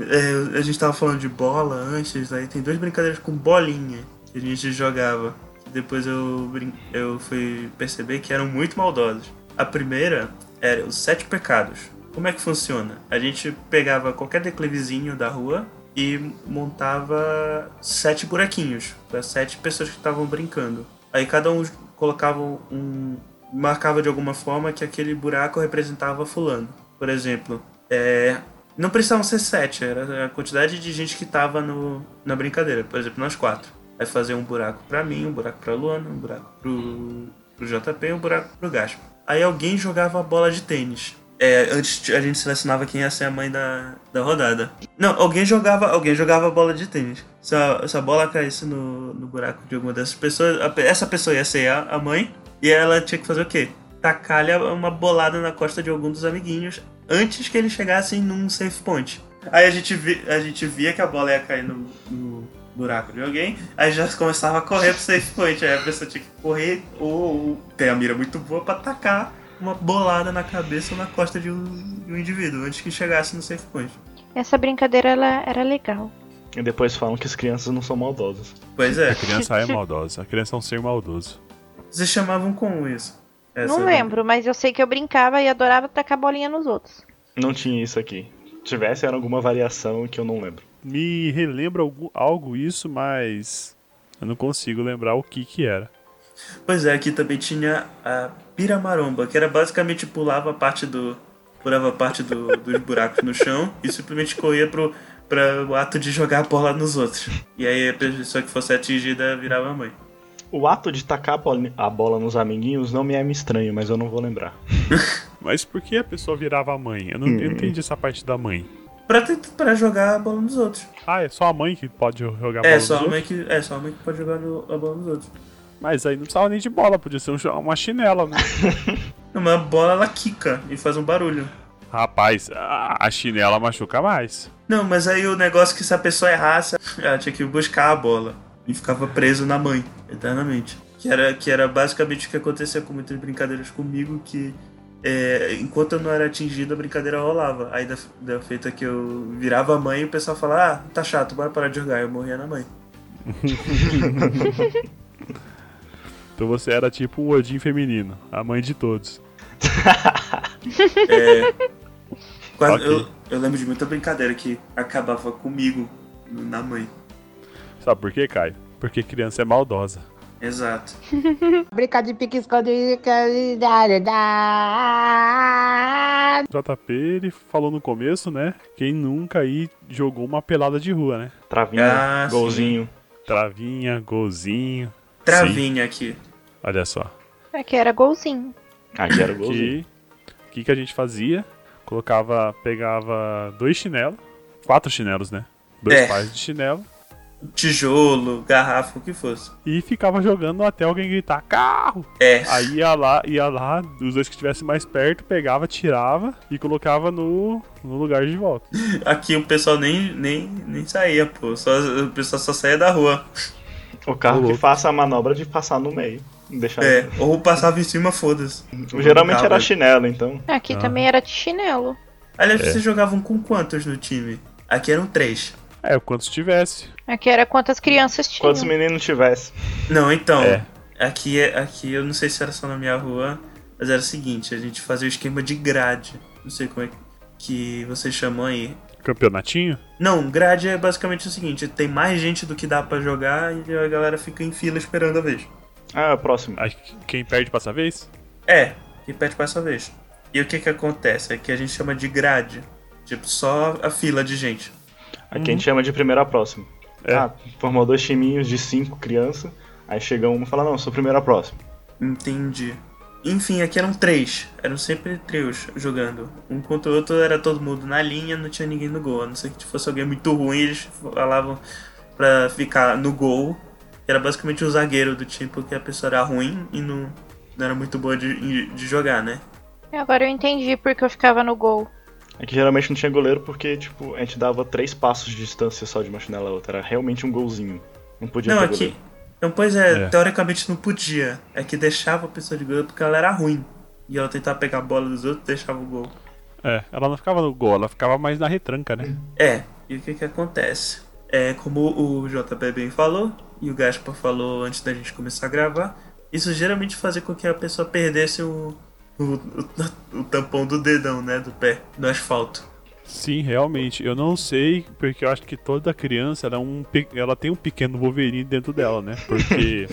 Speaker 1: é, a gente tava falando de bola antes, aí tem duas brincadeiras com bolinha que a gente jogava. Depois eu, brin- eu fui perceber que eram muito maldosas. A primeira era os sete pecados. Como é que funciona? A gente pegava qualquer declivezinho da rua e montava sete buraquinhos para sete pessoas que estavam brincando. Aí cada um colocava um, marcava de alguma forma que aquele buraco representava fulano. Por exemplo, é, não precisavam ser sete, era a quantidade de gente que tava no, na brincadeira. Por exemplo, nós quatro. Aí fazer um buraco pra mim, um buraco pra Luana, um buraco pro, pro JP e um buraco pro Gaspo. Aí alguém jogava a bola de tênis. É, antes a gente selecionava quem ia ser a mãe da, da rodada. Não, alguém jogava, alguém jogava a bola de tênis. Se a, se a bola caísse no, no buraco de alguma dessas pessoas, a pe- essa pessoa ia ser a, a mãe e ela tinha que fazer o quê? Tacar-lhe uma bolada na costa de algum dos amiguinhos antes que eles chegassem num safe point. Aí a gente, vi- a gente via que a bola ia cair no, no buraco de alguém, aí já começava a correr pro safe point. Aí a pessoa tinha que correr ou, ou ter a mira muito boa pra tacar uma bolada na cabeça ou na costa de um, de um indivíduo antes que chegasse no safe point.
Speaker 2: Essa brincadeira ela era legal.
Speaker 3: E depois falam que as crianças não são maldosas.
Speaker 1: Pois é.
Speaker 4: A criança é maldosa. A criança é um ser maldoso.
Speaker 1: Vocês chamavam como isso? Essa- é
Speaker 2: não lembro, mas eu sei que eu brincava e adorava tacar bolinha nos outros.
Speaker 3: Não tinha isso aqui. Tivesse, era alguma variação que eu não lembro.
Speaker 4: Me relembra algo, algo isso, mas eu não consigo lembrar o que que era.
Speaker 1: Pois é, aqui também tinha a piramaromba, que era basicamente pulava a parte do. pulava a parte do- dos buracos no chão e simplesmente corria pro para o ato de jogar a bola nos outros. E aí a pessoa que fosse atingida virava mãe.
Speaker 3: O ato de tacar a bola, a bola nos amiguinhos não me é estranho, mas eu não vou lembrar.
Speaker 4: Mas por que a pessoa virava a mãe? Eu não eu não entendi essa parte da mãe.
Speaker 1: Pra, tent- pra jogar a bola nos outros.
Speaker 4: Ah, é só a mãe que pode jogar bola
Speaker 1: É,
Speaker 4: nos
Speaker 1: só a
Speaker 4: outros?
Speaker 1: mãe que, é só a mãe que pode jogar no- a bola nos outros.
Speaker 4: Mas aí não precisava nem de bola, podia ser um cho- uma chinela, né?
Speaker 1: Não, mas a bola ela quica e faz um barulho.
Speaker 4: Rapaz, a a chinela machuca mais.
Speaker 1: Não, mas aí o negócio é que se a pessoa errasse, ela tinha que buscar a bola. E ficava preso na mãe, eternamente. Que era, que era basicamente o que acontecia com muitas brincadeiras comigo, que é, enquanto eu não era atingido, a brincadeira rolava. Aí da, da feita que eu virava a mãe e o pessoal falava, ah, tá chato, bora parar de jogar. Eu morria na mãe.
Speaker 4: Então você era tipo o Odin feminino, a mãe de todos.
Speaker 1: Quase-
Speaker 4: Ok.
Speaker 1: eu, eu lembro de muita brincadeira que acabava comigo na mãe.
Speaker 4: Sabe por quê, Caio? Porque criança é maldosa.
Speaker 1: Exato.
Speaker 6: Brincar de pique esconde que- da- da- da-
Speaker 4: JP, ele falou no começo, né? Quem nunca aí jogou uma pelada de rua, né?
Speaker 3: Travinha,
Speaker 1: Ah, sim.
Speaker 3: golzinho.
Speaker 4: Travinha, golzinho. Sim.
Speaker 1: Travinha aqui.
Speaker 4: Olha só.
Speaker 2: Aqui era golzinho.
Speaker 3: Aqui Ah, era o golzinho.
Speaker 4: Que o que, que a gente fazia? Colocava, pegava dois chinelos, quatro chinelos, né? Dois
Speaker 1: É.
Speaker 4: pares de chinelo
Speaker 1: Tijolo, garrafa, o que fosse.
Speaker 4: e ficava jogando até alguém gritar carro.
Speaker 1: É.
Speaker 4: Aí ia lá, ia lá, os dois que estivessem mais perto, pegava, tirava e colocava no, no lugar de volta.
Speaker 1: Aqui o pessoal nem, nem, nem saía, pô. Só, o pessoal só saía da rua.
Speaker 3: O carro
Speaker 4: Ô,
Speaker 3: que
Speaker 4: louco.
Speaker 3: faça a manobra de passar no meio. Deixar
Speaker 1: É, ou passava em cima, foda-se.
Speaker 3: Geralmente era
Speaker 1: Tava-
Speaker 3: chinelo, então.
Speaker 2: Aqui
Speaker 4: Ah.
Speaker 2: também era de chinelo.
Speaker 1: Aliás, vocês jogavam com quantos no time? Aqui eram três.
Speaker 4: É, quantos tivesse.
Speaker 2: Aqui era quantas crianças tinham.
Speaker 3: Quantos meninos tivesse?
Speaker 1: Não, então.
Speaker 4: É.
Speaker 1: Aqui, é- aqui eu não sei se era só na minha rua. Mas era o seguinte, a gente fazia o esquema de grade. Não sei como é que vocês chamam aí.
Speaker 4: Campeonatinho?
Speaker 1: Não, grade é basicamente o seguinte, tem mais gente do que dá pra jogar e a galera fica em fila esperando a vez.
Speaker 3: Ah, próximo.
Speaker 4: Aí quem perde passa a vez?
Speaker 1: É, e pede pra essa vez. E o que que acontece? É que a gente chama de grade. Tipo, só a fila de gente.
Speaker 3: Aqui a gente chama de primeira a próxima.
Speaker 4: Uhum. É.
Speaker 3: Ah, formou dois timinhos de cinco crianças. Aí chega uma e fala, não, sou primeira a próxima.
Speaker 1: Entendi. Enfim, aqui eram três. Eram sempre trios jogando. Um contra o outro era todo mundo na linha, não tinha ninguém no gol. A não ser que fosse alguém muito ruim, eles falavam pra ficar no gol. Era basicamente o zagueiro do time, porque a pessoa era ruim e não, não era muito boa de, de jogar, né?
Speaker 2: Agora eu entendi porque eu ficava no gol.
Speaker 3: Aqui É geralmente não tinha goleiro porque, tipo, a gente dava três passos de distância só de uma chinela à outra. Era realmente um golzinho. Não podia
Speaker 1: não,
Speaker 3: ter
Speaker 1: aqui.
Speaker 3: goleiro.
Speaker 1: Então, pois é,
Speaker 4: É.
Speaker 1: teoricamente não podia. É que deixava a pessoa de gol porque ela era ruim. E ela tentava pegar a bola dos outros deixava o gol.
Speaker 4: É, ela não ficava no gol, ela ficava mais na retranca, né?
Speaker 1: É, e o que que acontece? É, como o JP bem falou, e o Gaspar falou antes da gente começar a gravar, isso geralmente fazia com que a pessoa perdesse o, o, o- o tampão do dedão, né, do pé, no asfalto.
Speaker 4: Sim, realmente. Eu não sei, porque eu acho que toda criança ela, é um, pe- ela tem um pequeno Wolverine dentro dela, né? Porque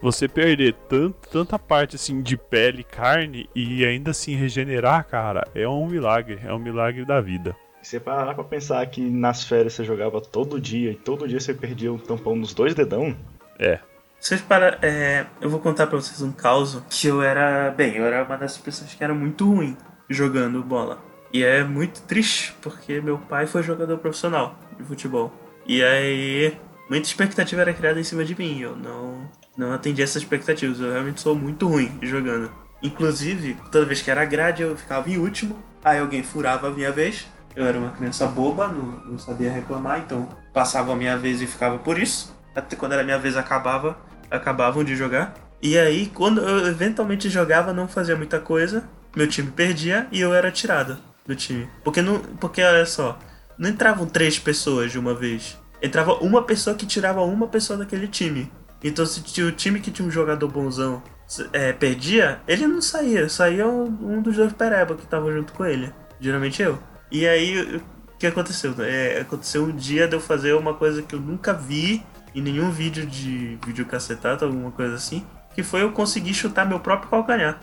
Speaker 4: você perder tanto, tanta parte assim de pele e carne e ainda assim regenerar, cara, é um milagre. É um milagre da vida.
Speaker 3: Se você parar pra pensar que nas férias você jogava todo dia e todo dia você perdia o tampão nos dois dedão,
Speaker 4: É.
Speaker 1: Vocês para, é, eu vou contar pra vocês um caso que eu era, bem, eu era uma dessas pessoas que era muito ruim jogando bola. E é muito triste porque meu pai foi jogador profissional de futebol. E aí muita expectativa era criada em cima de mim, eu não não atendi essas expectativas. Eu realmente sou muito ruim jogando. Inclusive, toda vez que era grade, eu ficava em último. Aí alguém furava a minha vez. Eu era uma criança boba, não, não sabia reclamar, então passava a minha vez e ficava por isso. Até quando era a minha vez, acabava, acabavam de jogar. E aí, quando eu eventualmente jogava, não fazia muita coisa. Meu time perdia e eu era tirado do time. Porque não, porque olha só, não entravam três pessoas de uma vez. Entrava uma pessoa que tirava uma pessoa daquele time. Então se tinha o time que tinha um jogador bonzão se- é, perdia, ele não saía. Saía um um dos dois pereba que tava junto com ele. Geralmente eu. E aí, o que aconteceu? É, aconteceu um dia de eu fazer uma coisa que eu nunca vi em nenhum vídeo de vídeo cacetado, alguma coisa assim. Que foi eu conseguir chutar meu próprio calcanhar.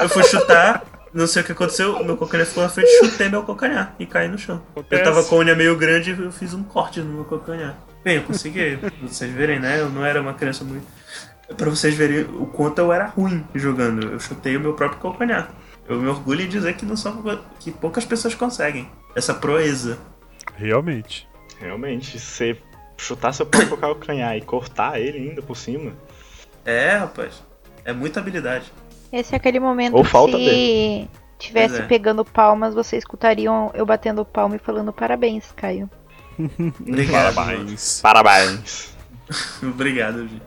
Speaker 1: Eu fui chutar, não sei o que aconteceu, meu calcanhar ficou na frente, chutei meu calcanhar e caí no chão. Eu tava com a unha meio grande e eu fiz um corte no meu calcanhar. Bem, eu consegui, pra vocês verem, né? Eu não era uma criança muito. Pra vocês verem o quanto eu era ruim jogando. Eu chutei o meu próprio calcanhar. Eu me orgulho em dizer que não são que poucas pessoas conseguem essa proeza.
Speaker 4: Realmente.
Speaker 3: realmente, se você chutar seu próprio calcanhar e cortar ele ainda por cima,
Speaker 1: É, rapaz. É muita habilidade.
Speaker 2: Esse é aquele momento
Speaker 3: Ou falta
Speaker 2: que tivesse
Speaker 1: Pois é.
Speaker 2: pegando palmas, vocês escutariam eu batendo palma e falando parabéns, Caio.
Speaker 1: Obrigado.
Speaker 4: Parabéns.
Speaker 3: parabéns.
Speaker 1: Obrigado, gente.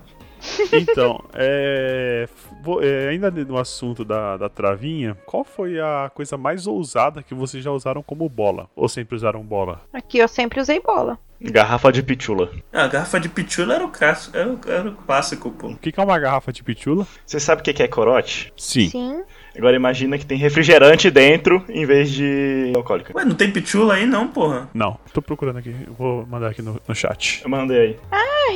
Speaker 4: Então, é, vou- é, ainda no assunto da, da travinha, qual foi a coisa mais ousada que vocês já usaram como bola? Ou sempre usaram bola?
Speaker 2: Aqui eu sempre usei bola.
Speaker 3: Garrafa de pitula.
Speaker 1: Ah, a garrafa de pitula era o, clássico, era, o, era o clássico, pô.
Speaker 4: O que que é uma garrafa de pitula?
Speaker 3: Você sabe o que que é corote?
Speaker 2: Sim.
Speaker 3: Agora imagina que tem refrigerante dentro em vez de alcoólica.
Speaker 1: Ué, não tem pitula aí não, porra.
Speaker 4: Não, tô procurando aqui, eu vou mandar aqui no, no chat.
Speaker 3: Eu mandei aí.
Speaker 2: Ah,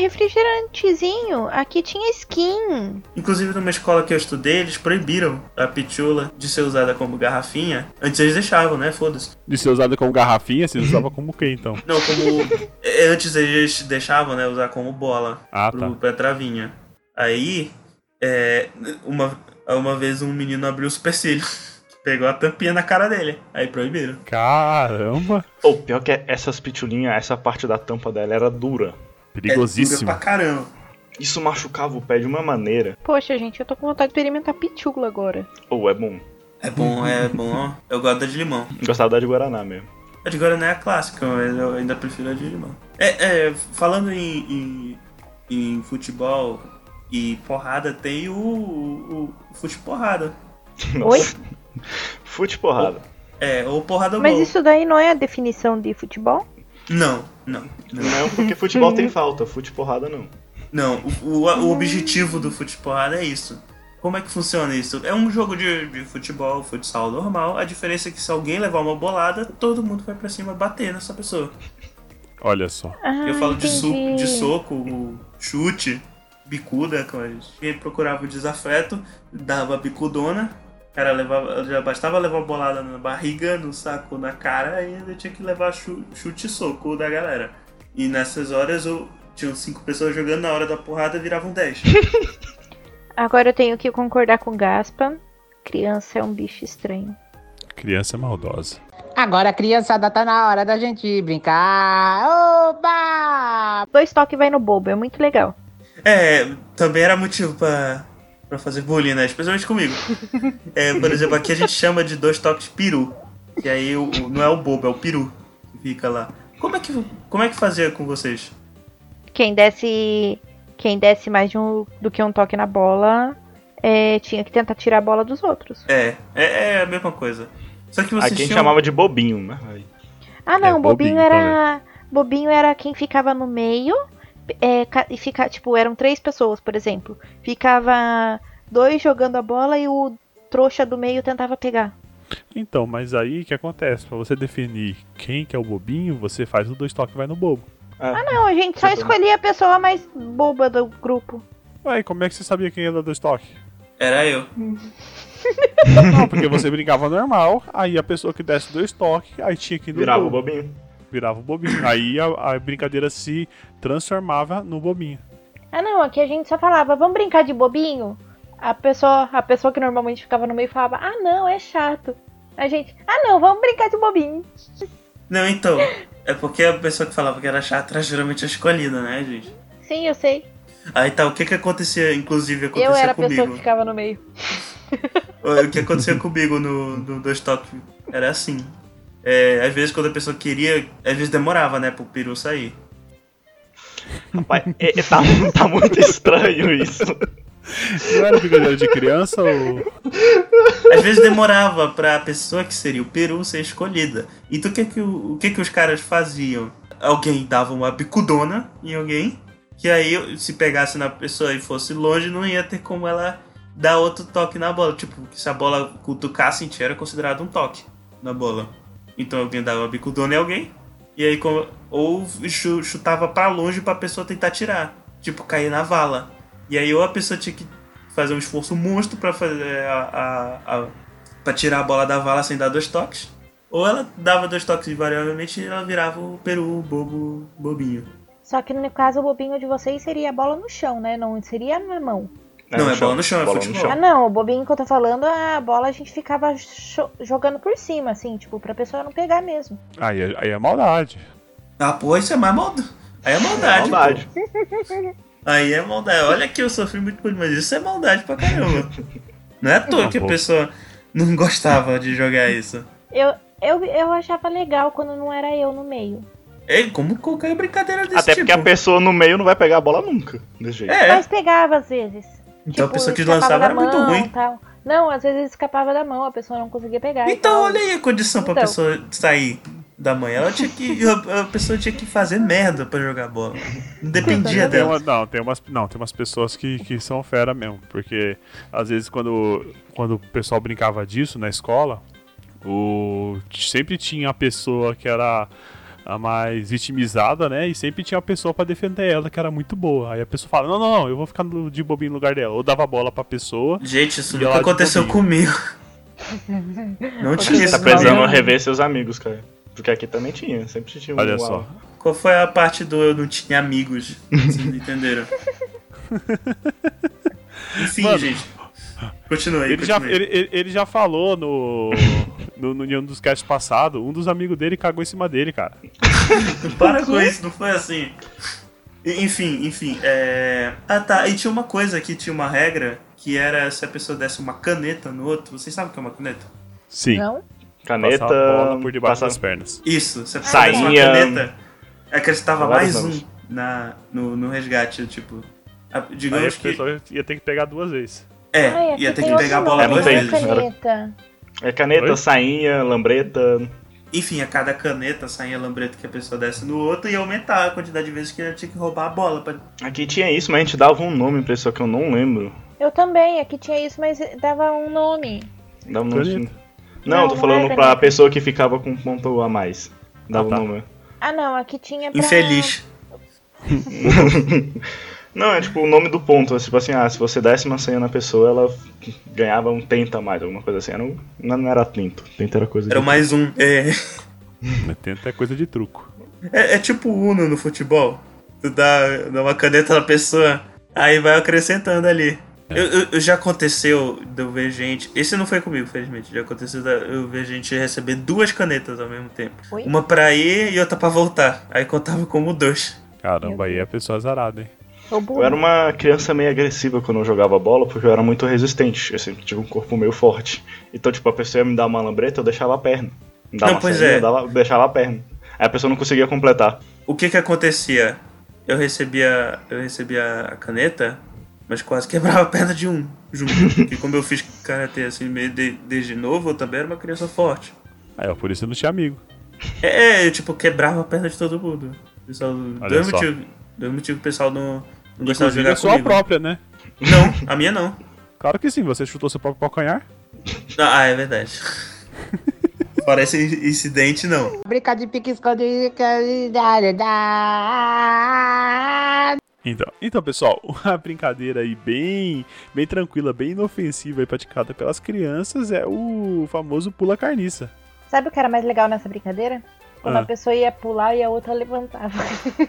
Speaker 2: refrigerantezinho. Aqui tinha skin.
Speaker 1: Inclusive, numa escola que eu estudei, eles proibiram a pitula de ser usada como garrafinha. Antes eles deixavam, né? Foda-se.
Speaker 4: De ser usada como garrafinha, vocês usavam como o quê então?
Speaker 1: Não, como. é, Antes eles deixavam, né? Usar como bola
Speaker 4: Ah,
Speaker 1: pro,
Speaker 4: tá.
Speaker 1: pra travinha. Aí, é, uma, uma vez um menino abriu o supercílio. Pegou a tampinha na cara dele. Aí proibiram.
Speaker 4: Caramba!
Speaker 3: Ou pior que é, essas pitulinhas, essa parte da tampa dela era dura.
Speaker 1: É dura pra
Speaker 4: Perigosíssima.
Speaker 1: caramba.
Speaker 3: Isso machucava o pé de uma maneira.
Speaker 2: Poxa, gente, eu tô com vontade de experimentar pitula agora.
Speaker 3: Ou é bom.
Speaker 1: É bom, é bom. Eu gosto da de limão.
Speaker 3: Gostava da de Guaraná mesmo.
Speaker 1: A de Guaraná é a clássica, mas eu ainda prefiro a de limão. É, é, falando em, em, em futebol e porrada, tem o, o, o fute porrada.
Speaker 2: Oi?
Speaker 3: tá Fute porrada.
Speaker 1: É, ou porrada
Speaker 2: Mas
Speaker 1: gol.
Speaker 2: isso daí não é a definição de futebol?
Speaker 1: Não, não.
Speaker 3: Não, é porque futebol tem falta, fute porrada não.
Speaker 2: Hum.
Speaker 1: Não, o, o, o objetivo do fute porrada é isso. Como é que funciona isso? É um jogo de, de futebol, futsal normal. A diferença é que se alguém levar uma bolada, todo mundo vai pra cima bater nessa pessoa.
Speaker 4: Olha só.
Speaker 2: Ah,
Speaker 1: Eu falo de, su-
Speaker 2: entendi.
Speaker 1: de soco, o chute, bicuda, como a gente. Ele procurava o desafeto, dava a bicudona, o cara levava, já bastava levar bolada na barriga, no saco, na cara, e ainda tinha que levar chu- chute e soco da galera. E nessas horas eu tinham cinco pessoas jogando, na hora da porrada viravam 10.
Speaker 2: Agora eu tenho que concordar com o Gaspa. Criança é um bicho estranho.
Speaker 4: Criança maldosa.
Speaker 6: Agora, criançada, tá na hora da gente brincar. Oba!
Speaker 2: Dois toques vai no bobo, é muito legal.
Speaker 1: É, também era motivo pra, pra fazer bullying, né? Especialmente comigo. É, por exemplo, aqui a gente chama de dois toques peru. E aí o, o- não é o bobo, é o peru que fica lá. Como é que, como é que fazia com vocês?
Speaker 2: Quem desse. Quem desse mais de um, do que um toque na bola é, tinha que tentar tirar a bola dos outros.
Speaker 1: É, é, é a mesma coisa. Só que vocês
Speaker 3: Aqui a gente
Speaker 1: tinham...
Speaker 3: chamava de bobinho, né? Aí,
Speaker 2: Ah não,
Speaker 4: É,
Speaker 2: bobinho,
Speaker 4: bobinho
Speaker 2: era. Bobinho era quem ficava no meio. é, ca- e fica, tipo, eram três pessoas, por exemplo. Ficava dois jogando a bola e o trouxa do meio tentava pegar.
Speaker 4: Então, mas aí o que acontece? Pra você definir quem que é o bobinho, você faz o dois toques e vai no bobo.
Speaker 3: ah,
Speaker 2: Não, a gente só
Speaker 3: Tá bom.
Speaker 2: escolhia a pessoa mais boba do grupo.
Speaker 4: Ué, como é que você sabia quem era dois toques?
Speaker 1: Era eu.
Speaker 4: Não, porque você brincava normal, aí a pessoa que desse dois toques, aí tinha que ir no
Speaker 3: virava o
Speaker 4: bobo.
Speaker 3: bobinho.
Speaker 4: Virava o bobinho. Aí a, a brincadeira se transformava no bobinho.
Speaker 2: Ah não, aqui a gente só falava, vamos brincar de bobinho? A pessoa, a pessoa que normalmente ficava no meio falava, ah não, é chato. A gente, ah não, vamos brincar de bobinho.
Speaker 1: Não, então. É porque a pessoa que falava que era chata era geralmente a escolhida, né, gente?
Speaker 2: Sim, eu sei.
Speaker 1: Aí tá, o que que acontecia, inclusive, acontecia
Speaker 2: Eu era a pessoa
Speaker 1: comigo?
Speaker 2: que ficava no meio.
Speaker 1: O que acontecia comigo no, no Dois Toques era assim. É, às vezes quando a pessoa queria, às vezes demorava, né, pro peru sair.
Speaker 3: Rapaz, é- é- tá, tá muito estranho isso.
Speaker 4: Não era brincadeira de criança ou.
Speaker 1: Às vezes demorava pra pessoa que seria o peru ser escolhida. Então o que que, o, o que que os caras faziam? Alguém dava uma bicudona em alguém, que aí se pegasse na pessoa e fosse longe, não ia ter como ela dar outro toque na bola. Tipo, que se a bola cutucasse em ti, era considerado um toque na bola. Então alguém dava uma bicudona em alguém, e aí como- ou chu- chutava pra longe pra pessoa tentar tirar. Tipo, cair na vala. E aí ou a pessoa tinha que fazer um esforço monstro pra fazer a, a, a- pra tirar a bola da vala sem dar dois toques. Ou ela dava dois toques invariavelmente e ela virava o peru bobo bobinho.
Speaker 2: Só que no caso o bobinho de vocês seria a bola no chão, né? Não seria na mão.
Speaker 1: Não, é
Speaker 3: chão,
Speaker 1: bola no chão, é
Speaker 3: bola
Speaker 1: futebol.
Speaker 2: Ah não, o bobinho que eu tô falando, a bola a gente ficava cho- jogando por cima, assim, tipo, pra pessoa não pegar mesmo.
Speaker 4: Aí, é- aí é maldade.
Speaker 1: Ah, pô, isso é mais maldade. Aí é maldade. pô.
Speaker 3: Maldade.
Speaker 1: Aí é maldade. Olha que eu sofri muito por mas isso é maldade pra caramba. Não é à toa
Speaker 4: Não,
Speaker 1: que a
Speaker 4: pô.
Speaker 1: pessoa não gostava de jogar isso.
Speaker 2: Eu, eu, eu achava legal quando não era eu no meio.
Speaker 1: É como qualquer brincadeira desse
Speaker 3: Até
Speaker 1: tipo.
Speaker 3: porque a pessoa no meio não vai pegar a bola nunca. Desse jeito.
Speaker 1: É,
Speaker 2: Mas tipo, pegava às vezes.
Speaker 1: então a pessoa que
Speaker 2: escapava
Speaker 1: lançava
Speaker 2: da
Speaker 1: era muito
Speaker 2: mão,
Speaker 1: ruim.
Speaker 2: tal. Não, às vezes escapava da mão, a pessoa não conseguia pegar.
Speaker 1: Então olha aí a condição pra
Speaker 2: Então.
Speaker 1: pessoa sair da mãe. Ela tinha que. A a pessoa tinha que fazer merda pra jogar bola. Não dependia
Speaker 4: Tem
Speaker 1: dela.
Speaker 4: uma- não, tem umas, não, tem umas pessoas que, que são fera mesmo. Porque às vezes quando, quando o pessoal brincava disso na escola, o, sempre tinha a pessoa que era a mais vitimizada, né? E sempre tinha a pessoa pra defender ela que era muito boa. Aí a pessoa fala: Não, não, não, eu vou ficar no- de bobinho no lugar dela. Ou dava a bola pra pessoa.
Speaker 1: Gente, isso
Speaker 4: E
Speaker 1: nunca
Speaker 4: ela de
Speaker 1: aconteceu comigo. Não tinha
Speaker 3: Tá
Speaker 1: isso. é
Speaker 3: precisando
Speaker 1: comigo.
Speaker 3: rever seus amigos, cara. Porque aqui também tinha, sempre tinha um.
Speaker 4: Olha só.
Speaker 1: Qual foi a parte do eu não tinha amigos? Vocês não entenderam? Enfim,
Speaker 4: Mano,
Speaker 1: gente. Continua aí,
Speaker 4: Ele já,
Speaker 1: continua aí.
Speaker 4: ele, ele- ele já falou no, no, no, em um dos casts passados, um dos amigos dele cagou em cima dele, cara.
Speaker 1: Para com isso, não foi assim. E- Enfim, enfim. É... Ah tá, e tinha uma coisa que tinha uma regra que era se a pessoa desse uma caneta no outro. Vocês sabem o que é uma caneta?
Speaker 4: Sim.
Speaker 2: Não?
Speaker 3: Caneta.
Speaker 4: Passar a bola por debaixo
Speaker 3: passar-
Speaker 4: das pernas.
Speaker 1: Isso, se a pessoa desse uma
Speaker 3: Sainha.
Speaker 1: caneta, acrescentava
Speaker 3: Vários
Speaker 1: mais um
Speaker 3: nomes.
Speaker 1: na, no, no resgate, tipo. a-
Speaker 4: Aí a
Speaker 1: digamos que.
Speaker 4: pessoa ia ter que pegar duas vezes.
Speaker 1: É,
Speaker 2: Ai, aqui
Speaker 1: ia ter
Speaker 2: tem
Speaker 1: que
Speaker 2: outro
Speaker 1: pegar a
Speaker 2: nome
Speaker 1: bola
Speaker 3: É, não
Speaker 1: duas
Speaker 3: tem.
Speaker 2: pra
Speaker 1: vezes. né?
Speaker 2: caneta.
Speaker 3: É caneta,
Speaker 4: Oi?
Speaker 3: sainha, lambreta.
Speaker 1: Enfim, a cada caneta saía lambreta que a pessoa desse no outro e aumentar a quantidade de vezes que ela tinha que roubar a bola. Pra...
Speaker 3: Aqui tinha isso, mas a gente dava um nome pra isso, só que eu não lembro.
Speaker 2: Eu Eu também, aqui tinha isso, mas dava um nome.
Speaker 3: Dá um
Speaker 4: Caneta.
Speaker 3: nome. Não,
Speaker 2: Não,
Speaker 3: tô
Speaker 2: não
Speaker 3: falando
Speaker 2: é
Speaker 3: pra
Speaker 2: caneta.
Speaker 3: pessoa que ficava com um ponto a mais. Dava um
Speaker 4: Ah, tá.
Speaker 3: o número.
Speaker 2: Ah, não, aqui tinha pra...
Speaker 1: Infeliz.
Speaker 3: Não, é tipo o nome do ponto. é Tipo assim, ah, se você desse uma senha na pessoa, ela ganhava um tenta a mais, alguma coisa assim. Era um- não era tento. Tenta era coisa
Speaker 1: Era
Speaker 3: de-
Speaker 1: mais um. É,
Speaker 4: Mas tem até coisa de truco.
Speaker 1: é, é tipo Uno no futebol. Tu dá, dá uma caneta na pessoa, aí vai acrescentando ali. Eu, eu- eu- já aconteceu de eu ver gente. Esse não foi comigo, felizmente. Já aconteceu de eu ver gente receber duas canetas ao mesmo tempo.
Speaker 2: Oi?
Speaker 1: Uma pra ir e outra pra voltar. Aí contava como dois.
Speaker 4: Caramba, aí é pessoa azarada, hein?
Speaker 2: Ô,
Speaker 3: Eu
Speaker 2: burro.
Speaker 3: era uma criança meio agressiva quando eu jogava bola, porque eu era muito resistente. Eu sempre tive um corpo meio forte. Então, tipo, a pessoa ia me dar uma lambreta, eu deixava a perna. Me dava
Speaker 1: Não,
Speaker 3: uma
Speaker 1: pois
Speaker 3: saída,
Speaker 1: é.
Speaker 3: eu dava- deixava a perna. Aí a pessoa não conseguia completar.
Speaker 1: O que que acontecia? Eu recebia, eu recebia a caneta, mas quase quebrava a perna de um junto. Porque como eu fiz karatê assim meio de- desde novo, eu também era uma criança forte.
Speaker 4: Aí, ó, por isso eu não tinha amigo.
Speaker 1: É, é, eu, tipo, quebrava a perna de todo mundo. O Pessoal,
Speaker 4: Olha
Speaker 1: dois
Speaker 4: só.
Speaker 1: motivos, dois motivos o pessoal não, não gostava de
Speaker 4: Inclusive,
Speaker 1: jogar
Speaker 4: é só a
Speaker 1: comigo.
Speaker 4: própria, né?
Speaker 1: Não, a minha não.
Speaker 4: Claro que sim, você chutou seu próprio calcanhar.
Speaker 1: Ah, é verdade. Fora esse incidente, não.
Speaker 6: Brincar de pique escondido. que- da- da- da-
Speaker 4: Então, então, pessoal, uma brincadeira aí bem, bem tranquila, bem inofensiva e praticada pelas crianças é o famoso pula carniça.
Speaker 2: Sabe o que era mais legal nessa brincadeira? Quando
Speaker 4: Ah.
Speaker 2: a pessoa ia pular e a outra levantava.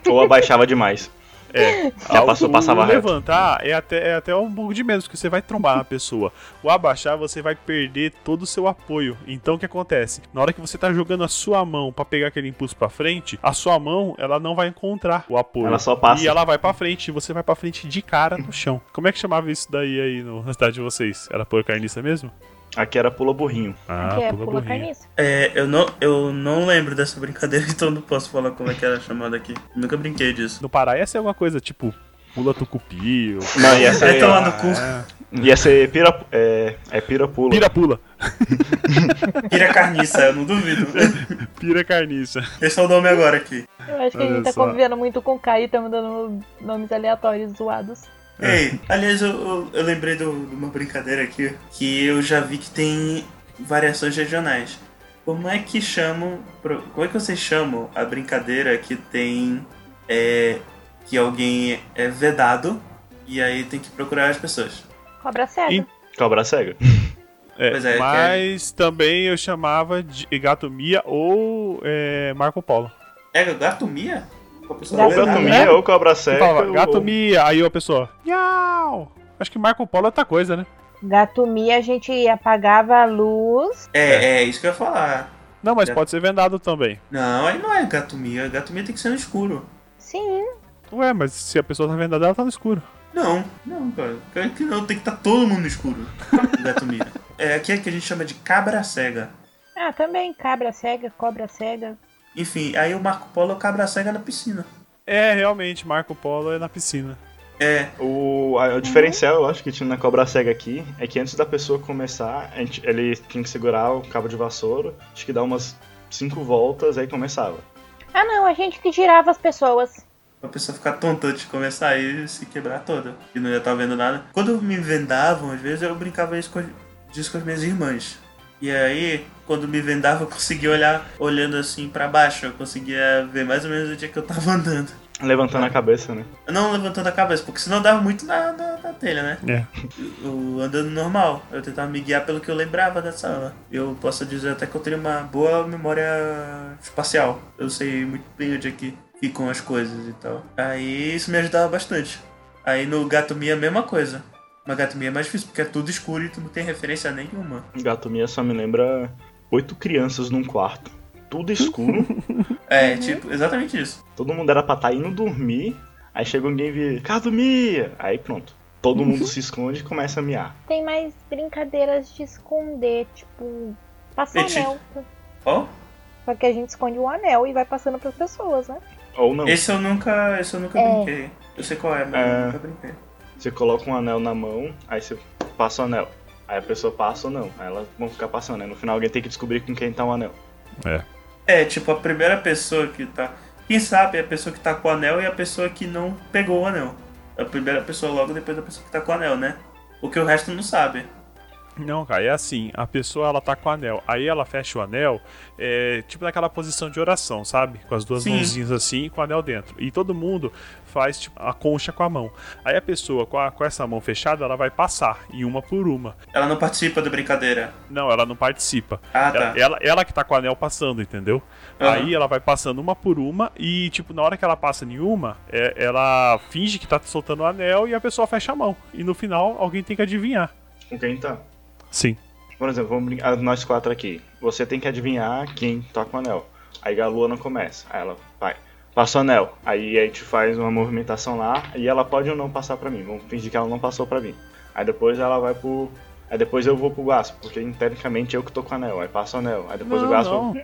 Speaker 3: Ou abaixava demais.
Speaker 4: É,
Speaker 3: Já passou,
Speaker 4: o-
Speaker 3: passava
Speaker 4: o
Speaker 3: reto.
Speaker 4: levantar é até, é até um pouco de menos, porque você vai trombar na pessoa. O abaixar, você vai perder todo o seu apoio. Então, o que acontece? Na hora que você tá jogando a sua mão pra pegar aquele impulso pra frente, a sua mão, ela não vai encontrar o apoio.
Speaker 3: Ela só passa.
Speaker 4: E ela vai pra frente, e você vai pra frente de cara no chão. Como é que chamava isso daí aí no- na cidade de vocês? Era pôr carniça mesmo?
Speaker 3: Aqui era pula burrinho.
Speaker 4: Ah,
Speaker 2: que é
Speaker 4: pula
Speaker 2: pula
Speaker 4: burrinha.
Speaker 2: carniça.
Speaker 1: É, eu não, eu não lembro dessa brincadeira, então não posso falar como é que era chamada aqui. Nunca brinquei disso.
Speaker 4: No Pará ia ser alguma coisa tipo pula tucupi ou...
Speaker 3: Não, ia
Speaker 1: Vai
Speaker 3: ser.
Speaker 1: tomar no cu.
Speaker 3: Ia ser pira. É, é pira pula.
Speaker 4: Pira pula.
Speaker 1: Pira carniça, eu não duvido.
Speaker 4: Pira carniça.
Speaker 1: Esse é o nome agora aqui.
Speaker 2: Eu acho que a
Speaker 4: Olha
Speaker 2: gente tá
Speaker 4: só.
Speaker 2: convivendo muito com o Kai e estamos dando nomes aleatórios, zoados.
Speaker 1: Ei, aliás, eu, eu, eu lembrei do- de uma brincadeira aqui que eu já vi que tem variações regionais. Como é que chamam. pro- Como é que vocês chamam a brincadeira que tem. é, que alguém é vedado e aí tem que procurar as pessoas?
Speaker 2: Cobra cega.
Speaker 4: Ih.
Speaker 3: Cobra cega.
Speaker 4: É,
Speaker 1: Pois é, que é-
Speaker 4: mas também eu chamava de Gato Mia ou é, Marco Polo.
Speaker 1: É gatomia? Com a pessoa
Speaker 3: Ou
Speaker 1: vedada?
Speaker 3: gato
Speaker 4: É.
Speaker 3: mia, ou cobra
Speaker 4: Eu
Speaker 3: cega.
Speaker 4: falava,
Speaker 3: ou-
Speaker 4: Gato Mia, aí a pessoa, miau. Acho que Marco Polo é outra coisa, né?
Speaker 2: Gatomia, a gente apagava a luz.
Speaker 1: É, é isso que eu ia falar.
Speaker 4: Não, mas
Speaker 1: É.
Speaker 4: pode ser vendado também.
Speaker 1: Não, aí não é gatomia. Gatomia tem que ser no escuro.
Speaker 2: Sim,
Speaker 4: Ué, mas se a pessoa tá vendada, ela tá no escuro.
Speaker 1: Não, não, cara. Claro que não, tem que estar todo mundo no escuro. Gatomia. É aqui é que a gente chama de cabra cega.
Speaker 2: Ah, também, cabra cega, cobra cega.
Speaker 1: Enfim, aí o Marco Polo é o cabra cega na piscina.
Speaker 4: É, realmente, Marco Polo é na piscina.
Speaker 1: É,
Speaker 3: O, a- o diferencial, eu acho, que tinha na cobra cega aqui é que antes da pessoa começar, a gente- ele tinha que segurar o cabo de vassoura, acho que dá umas cinco voltas, aí começava.
Speaker 2: Ah, não, a gente que girava as pessoas.
Speaker 1: pra pessoa ficar tonta antes de começar aí se quebrar toda. E não ia estar vendo nada. Quando me vendavam, às vezes eu brincava isso com, as- disso com as minhas irmãs. E aí, quando me vendava, eu conseguia olhar, olhando assim pra baixo. Eu conseguia ver mais ou menos onde é que eu tava andando.
Speaker 3: Levantando
Speaker 4: É.
Speaker 3: a cabeça, né?
Speaker 1: Não levantando a cabeça, porque senão dava muito na, na, na telha, né?
Speaker 4: É.
Speaker 1: Eu andando normal, eu tentava me guiar pelo que eu lembrava dessa aula. Eu posso dizer até que eu tenho uma boa memória espacial. Eu sei muito bem onde é que ficam as coisas e tal. Aí isso me ajudava bastante. Aí no Gato Mia a mesma coisa. Mas Gato Mia é mais difícil, porque é tudo escuro e tu não tem referência nenhuma.
Speaker 3: Gato Mia só me lembra oito crianças num quarto, tudo escuro,
Speaker 1: É, tipo, exatamente isso.
Speaker 3: todo mundo era pra estar indo dormir, aí chega alguém e vira, Gato Mia! Aí pronto, todo mundo se esconde e começa a miar.
Speaker 2: Tem mais brincadeiras de esconder, tipo, passar
Speaker 1: Gente.
Speaker 2: anel.
Speaker 1: Ó,
Speaker 2: Só que a gente esconde um anel e vai passando pras pessoas, né?
Speaker 3: Ou não,
Speaker 1: esse eu nunca, esse eu nunca
Speaker 2: É.
Speaker 1: brinquei. Eu sei qual é, mas
Speaker 3: É.
Speaker 1: eu nunca brinquei.
Speaker 3: você coloca um anel na mão, aí você passa o anel. Aí a pessoa passa ou não, aí elas vão ficar passando, aí no final alguém tem que descobrir com quem tá o anel.
Speaker 1: É, tipo, a primeira pessoa que tá. Quem sabe é a pessoa que tá É com o anel e a pessoa que não pegou o anel. A primeira pessoa logo depois da pessoa que tá com o anel, né? O que o resto não sabe.
Speaker 4: Não, cara, é assim, a pessoa ela tá com o anel, aí ela fecha o anel, é, tipo naquela posição de oração, sabe? Com as duas
Speaker 1: Sim.
Speaker 4: mãozinhas assim e com o anel dentro. E todo mundo faz tipo, a concha com a mão. Aí a pessoa com, a- com essa mão fechada, ela vai passar, e uma por uma.
Speaker 1: Ela não participa da brincadeira.
Speaker 4: Não, ela não participa.
Speaker 1: Ah, tá.
Speaker 4: Ela, ela, ela que tá com o anel passando, entendeu?
Speaker 1: Aham.
Speaker 4: Aí ela vai passando uma por uma e, tipo, na hora que ela passa nenhuma, é- ela finge que tá soltando o anel e a pessoa fecha a mão. E no final, alguém tem que adivinhar.
Speaker 3: Com quem tá?
Speaker 4: Sim.
Speaker 3: Por exemplo, vamos brincar, ah, nós quatro aqui. Você tem que adivinhar quem tá com o anel. Aí a Luana começa. Aí ela vai. Passa o anel. Aí a gente faz uma movimentação lá e ela pode ou não passar pra mim. Vamos fingir que ela não passou pra mim. Aí depois ela vai pro. Aí depois eu vou pro Guaspo, porque tecnicamente eu que tô com o anel. Aí passa o anel. Aí depois o Guaspo.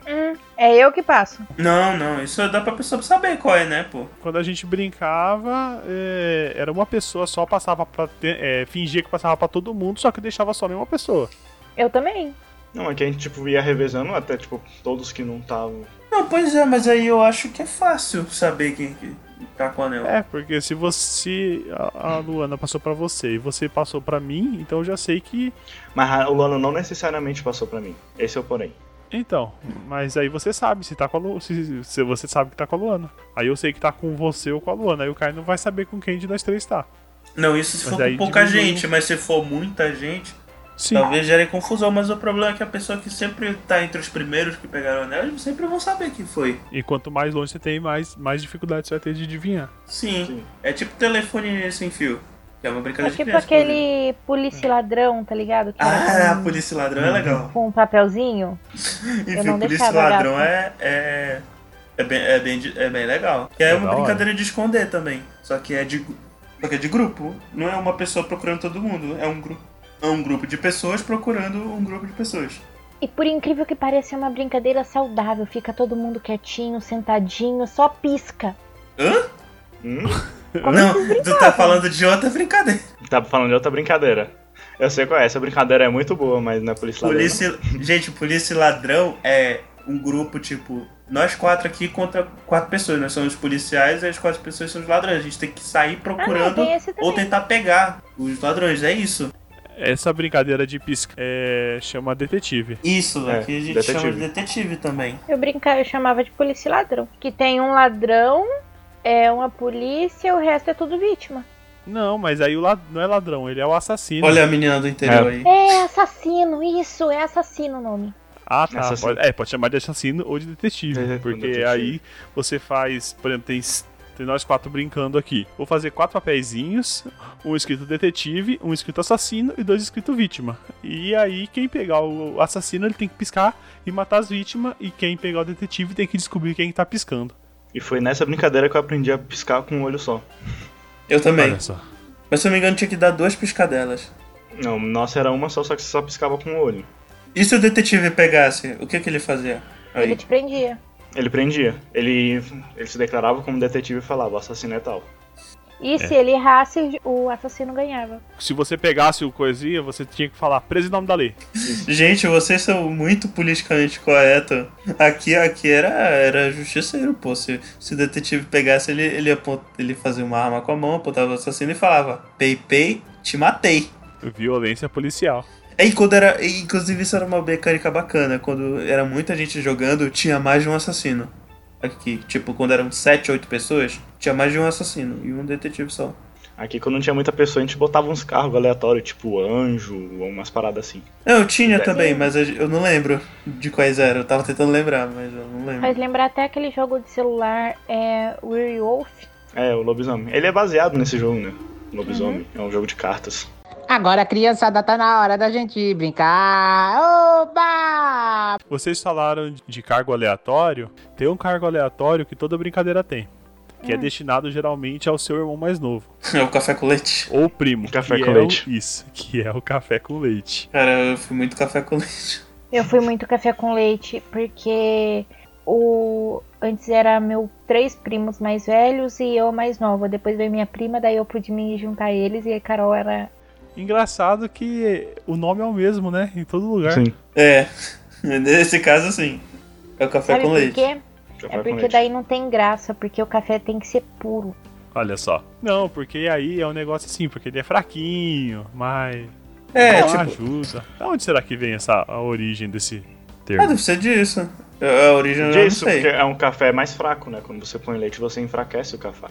Speaker 2: É eu que passo.
Speaker 1: Não, não, isso dá pra pessoa saber qual é, né, pô?
Speaker 4: Quando a gente brincava, é, era uma pessoa só, passava pra. te- É, fingia que passava pra todo mundo, só que deixava só nenhuma pessoa.
Speaker 2: Eu também.
Speaker 3: Não, é que a gente tipo, ia revezando até tipo todos que não estavam.
Speaker 1: Não, pois é, mas aí eu acho que é fácil saber quem que tá com o anel.
Speaker 4: É, porque se você. A, a Luana passou pra você e você passou pra mim, então eu já sei que.
Speaker 3: Mas a Luana não necessariamente passou pra mim. Esse é o porém.
Speaker 4: Então, mas aí você sabe se tá com a Lu, se, se você sabe que tá com a Luana. Aí eu sei que tá com você ou com a Luana. Aí o Caio não vai saber com quem de nós três tá.
Speaker 1: Não, isso se
Speaker 4: Mas
Speaker 1: for
Speaker 4: aí
Speaker 1: com pouca
Speaker 4: diminui. né?
Speaker 1: gente, mas se for muita gente,
Speaker 4: Sim.
Speaker 1: talvez gere confusão. Mas o problema é que a pessoa que sempre tá entre os primeiros que pegaram o anel, eles sempre vão saber quem foi.
Speaker 4: E quanto mais longe você tem, mais, mais dificuldade você vai ter de adivinhar.
Speaker 1: Sim,
Speaker 3: Sim.
Speaker 1: é tipo telefone sem fio. que É uma
Speaker 2: É
Speaker 1: brincadeira de
Speaker 2: tipo
Speaker 1: criança. por exemplo.
Speaker 2: aquele polícia ladrão, tá ligado? Que
Speaker 1: É. Ah,
Speaker 2: era
Speaker 1: a polícia ladrão é legal.
Speaker 2: com, com um papelzinho.
Speaker 1: Enfim,
Speaker 2: não
Speaker 1: o polícia
Speaker 2: deixava
Speaker 1: ladrão é, é, é, bem, é, bem, de- é bem legal. Que é,
Speaker 4: É da
Speaker 1: uma
Speaker 4: hora.
Speaker 1: brincadeira de esconder também. Só que é de. gu- Só que é de grupo. Não é uma pessoa procurando todo mundo. É um grupo. É um grupo de pessoas procurando um grupo de pessoas.
Speaker 2: E por incrível que pareça, é uma brincadeira saudável. Fica todo mundo quietinho, sentadinho, só pisca.
Speaker 1: Hã?
Speaker 3: Hum?
Speaker 2: é
Speaker 1: não, tu tá falando de outra brincadeira.
Speaker 3: Tá falando de outra brincadeira. Eu sei qual é, essa brincadeira é muito boa, mas na polícia ladrão.
Speaker 1: Polícia. Gente, polícia e ladrão é um grupo tipo. Nós quatro aqui contra quatro pessoas. Nós somos policiais e as quatro pessoas são os ladrões. A gente tem que sair
Speaker 2: Ah, não,
Speaker 1: procurando
Speaker 2: tem esse
Speaker 1: ou
Speaker 2: também.
Speaker 1: tentar pegar os ladrões. É isso.
Speaker 4: Essa brincadeira de pisca é, chama detetive.
Speaker 1: Isso,
Speaker 3: É,
Speaker 1: aqui a gente
Speaker 3: detetive.
Speaker 1: chama de detetive também.
Speaker 2: Eu brincava, eu chamava de polícia ladrão. Que tem um ladrão, é uma polícia, o resto é tudo vítima.
Speaker 4: Não, mas aí o lad... não é ladrão, ele é o assassino.
Speaker 1: Olha a menina do interior
Speaker 3: É.
Speaker 1: aí.
Speaker 2: É assassino, isso, é assassino o nome.
Speaker 4: Ah, tá.
Speaker 3: Assassino.
Speaker 4: Pode... É, pode chamar de assassino ou de detetive.
Speaker 3: É,
Speaker 4: porque
Speaker 3: detetive.
Speaker 4: aí você faz, por exemplo, tem, s- tem nós quatro brincando aqui. Vou fazer quatro papeizinhos, um escrito detetive, um escrito assassino e dois escrito vítima. E aí quem pegar o assassino, ele tem que piscar e matar as vítimas, e quem pegar o detetive tem que descobrir quem tá piscando.
Speaker 3: E foi nessa brincadeira que eu aprendi a piscar com um olho só.
Speaker 1: Eu também.
Speaker 4: Olha só.
Speaker 1: Mas se eu não me engano, tinha que dar duas piscadelas.
Speaker 3: Não, nossa era uma só, só que você só piscava com o olho.
Speaker 1: E se o detetive pegasse, o que que ele fazia?
Speaker 2: Ele
Speaker 1: Aí.
Speaker 2: te prendia.
Speaker 3: Ele prendia. Ele, ele se declarava como detetive e falava, o assassino é tal.
Speaker 1: É.
Speaker 2: E se ele errasse, o assassino ganhava.
Speaker 4: Se você pegasse o coisinha, você tinha que falar preso em nome da lei.
Speaker 1: Gente, vocês são muito politicamente corretos. Aqui, aqui era, era justiceiro, pô. Se, se o detetive pegasse, ele, ele, apont, ele fazia uma arma com a mão, apontava o assassino e falava: Pei, pei, te matei.
Speaker 4: Violência policial.
Speaker 1: É, E quando era, e, inclusive isso era uma mecânica bacana, quando era muita gente jogando, tinha mais de um assassino. Aqui, tipo, quando eram 7, 8 pessoas, tinha mais de um assassino e um detetive só.
Speaker 3: Aqui quando não tinha muita pessoa, a gente botava uns carros aleatórios, tipo anjo, ou umas paradas assim.
Speaker 1: É, Eu tinha também,
Speaker 2: Sim.
Speaker 1: mas eu, eu não lembro de quais eram. Eu tava tentando lembrar, mas eu não lembro.
Speaker 2: Faz lembrar até aquele jogo de celular, é Weary Wolf.
Speaker 3: É, o lobisomem. Ele é baseado nesse jogo, né? Lobisomem.
Speaker 2: Uhum.
Speaker 3: É um jogo de cartas.
Speaker 6: Agora, criançada, tá na hora da gente brincar. Oba!
Speaker 4: Vocês falaram de- de cargo aleatório. Tem um cargo aleatório que toda brincadeira tem.
Speaker 1: Hum.
Speaker 4: Que é destinado geralmente ao seu irmão mais novo.
Speaker 1: É o café com leite.
Speaker 4: Ou primo.
Speaker 3: Café
Speaker 4: que
Speaker 3: com
Speaker 4: é
Speaker 3: leite.
Speaker 4: o- isso, que é o café com leite.
Speaker 1: Cara, eu fui muito café com leite.
Speaker 2: Eu fui muito café com leite porque o antes era meu três primos mais velhos e eu a mais nova. Depois veio minha prima, daí eu pude me juntar a eles e a Carol era
Speaker 4: Engraçado que o nome é o mesmo, né? Em todo lugar.
Speaker 3: Sim.
Speaker 1: É, nesse caso sim. É o café
Speaker 2: Sabe
Speaker 1: com
Speaker 2: por
Speaker 1: leite.
Speaker 2: quê?
Speaker 3: Café
Speaker 2: É
Speaker 3: com
Speaker 2: porque
Speaker 3: leite.
Speaker 2: daí não tem graça, porque o café tem que ser puro.
Speaker 4: Olha só. Não, porque aí é um negócio assim, porque ele é fraquinho, mas.
Speaker 1: É,
Speaker 4: não
Speaker 1: tipo,
Speaker 4: ajuda. Da onde será que vem essa a origem desse
Speaker 1: ah,
Speaker 4: termo?
Speaker 1: deve ser disso. É, A a origem eu Ah, não
Speaker 3: Disso,
Speaker 1: sei.
Speaker 3: porque é um café mais fraco, né? Quando você põe leite, você enfraquece o café.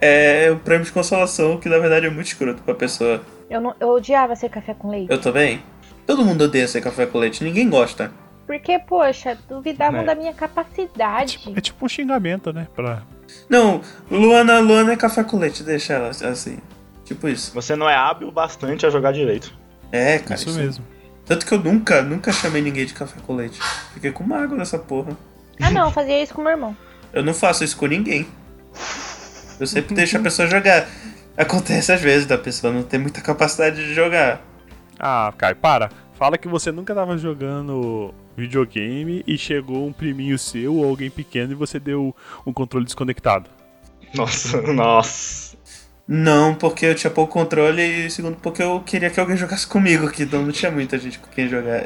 Speaker 1: É o prêmio de consolação, que na verdade é muito escroto pra pessoa.
Speaker 2: Eu, não, eu odiava ser café com leite.
Speaker 1: Eu também. Todo mundo odeia ser café com leite, ninguém gosta.
Speaker 2: Porque, poxa, duvidavam
Speaker 3: É.
Speaker 2: da minha
Speaker 4: É
Speaker 2: capacidade.
Speaker 4: tipo, é tipo um xingamento, né? Pra...
Speaker 1: Não, Luana, Luana é café com leite, deixa ela assim. Tipo isso.
Speaker 3: Você não é hábil bastante a jogar direito.
Speaker 1: É, cara.
Speaker 4: isso
Speaker 1: isso-
Speaker 4: mesmo.
Speaker 1: Tanto que eu nunca, nunca chamei ninguém de café com leite. Fiquei com mágoa nessa porra.
Speaker 2: Ah, não, eu fazia isso com meu irmão.
Speaker 1: Eu não faço isso com ninguém. Eu sempre deixo a pessoa jogar. Acontece às vezes da pessoa não ter muita capacidade de jogar.
Speaker 4: Ah, Kai, para. Fala que você nunca tava jogando videogame e chegou um priminho seu ou alguém pequeno e você deu um controle desconectado.
Speaker 3: Nossa, nossa.
Speaker 1: Não, porque eu tinha pouco controle e segundo porque eu queria que alguém jogasse comigo, que não não tinha muita gente com quem jogar.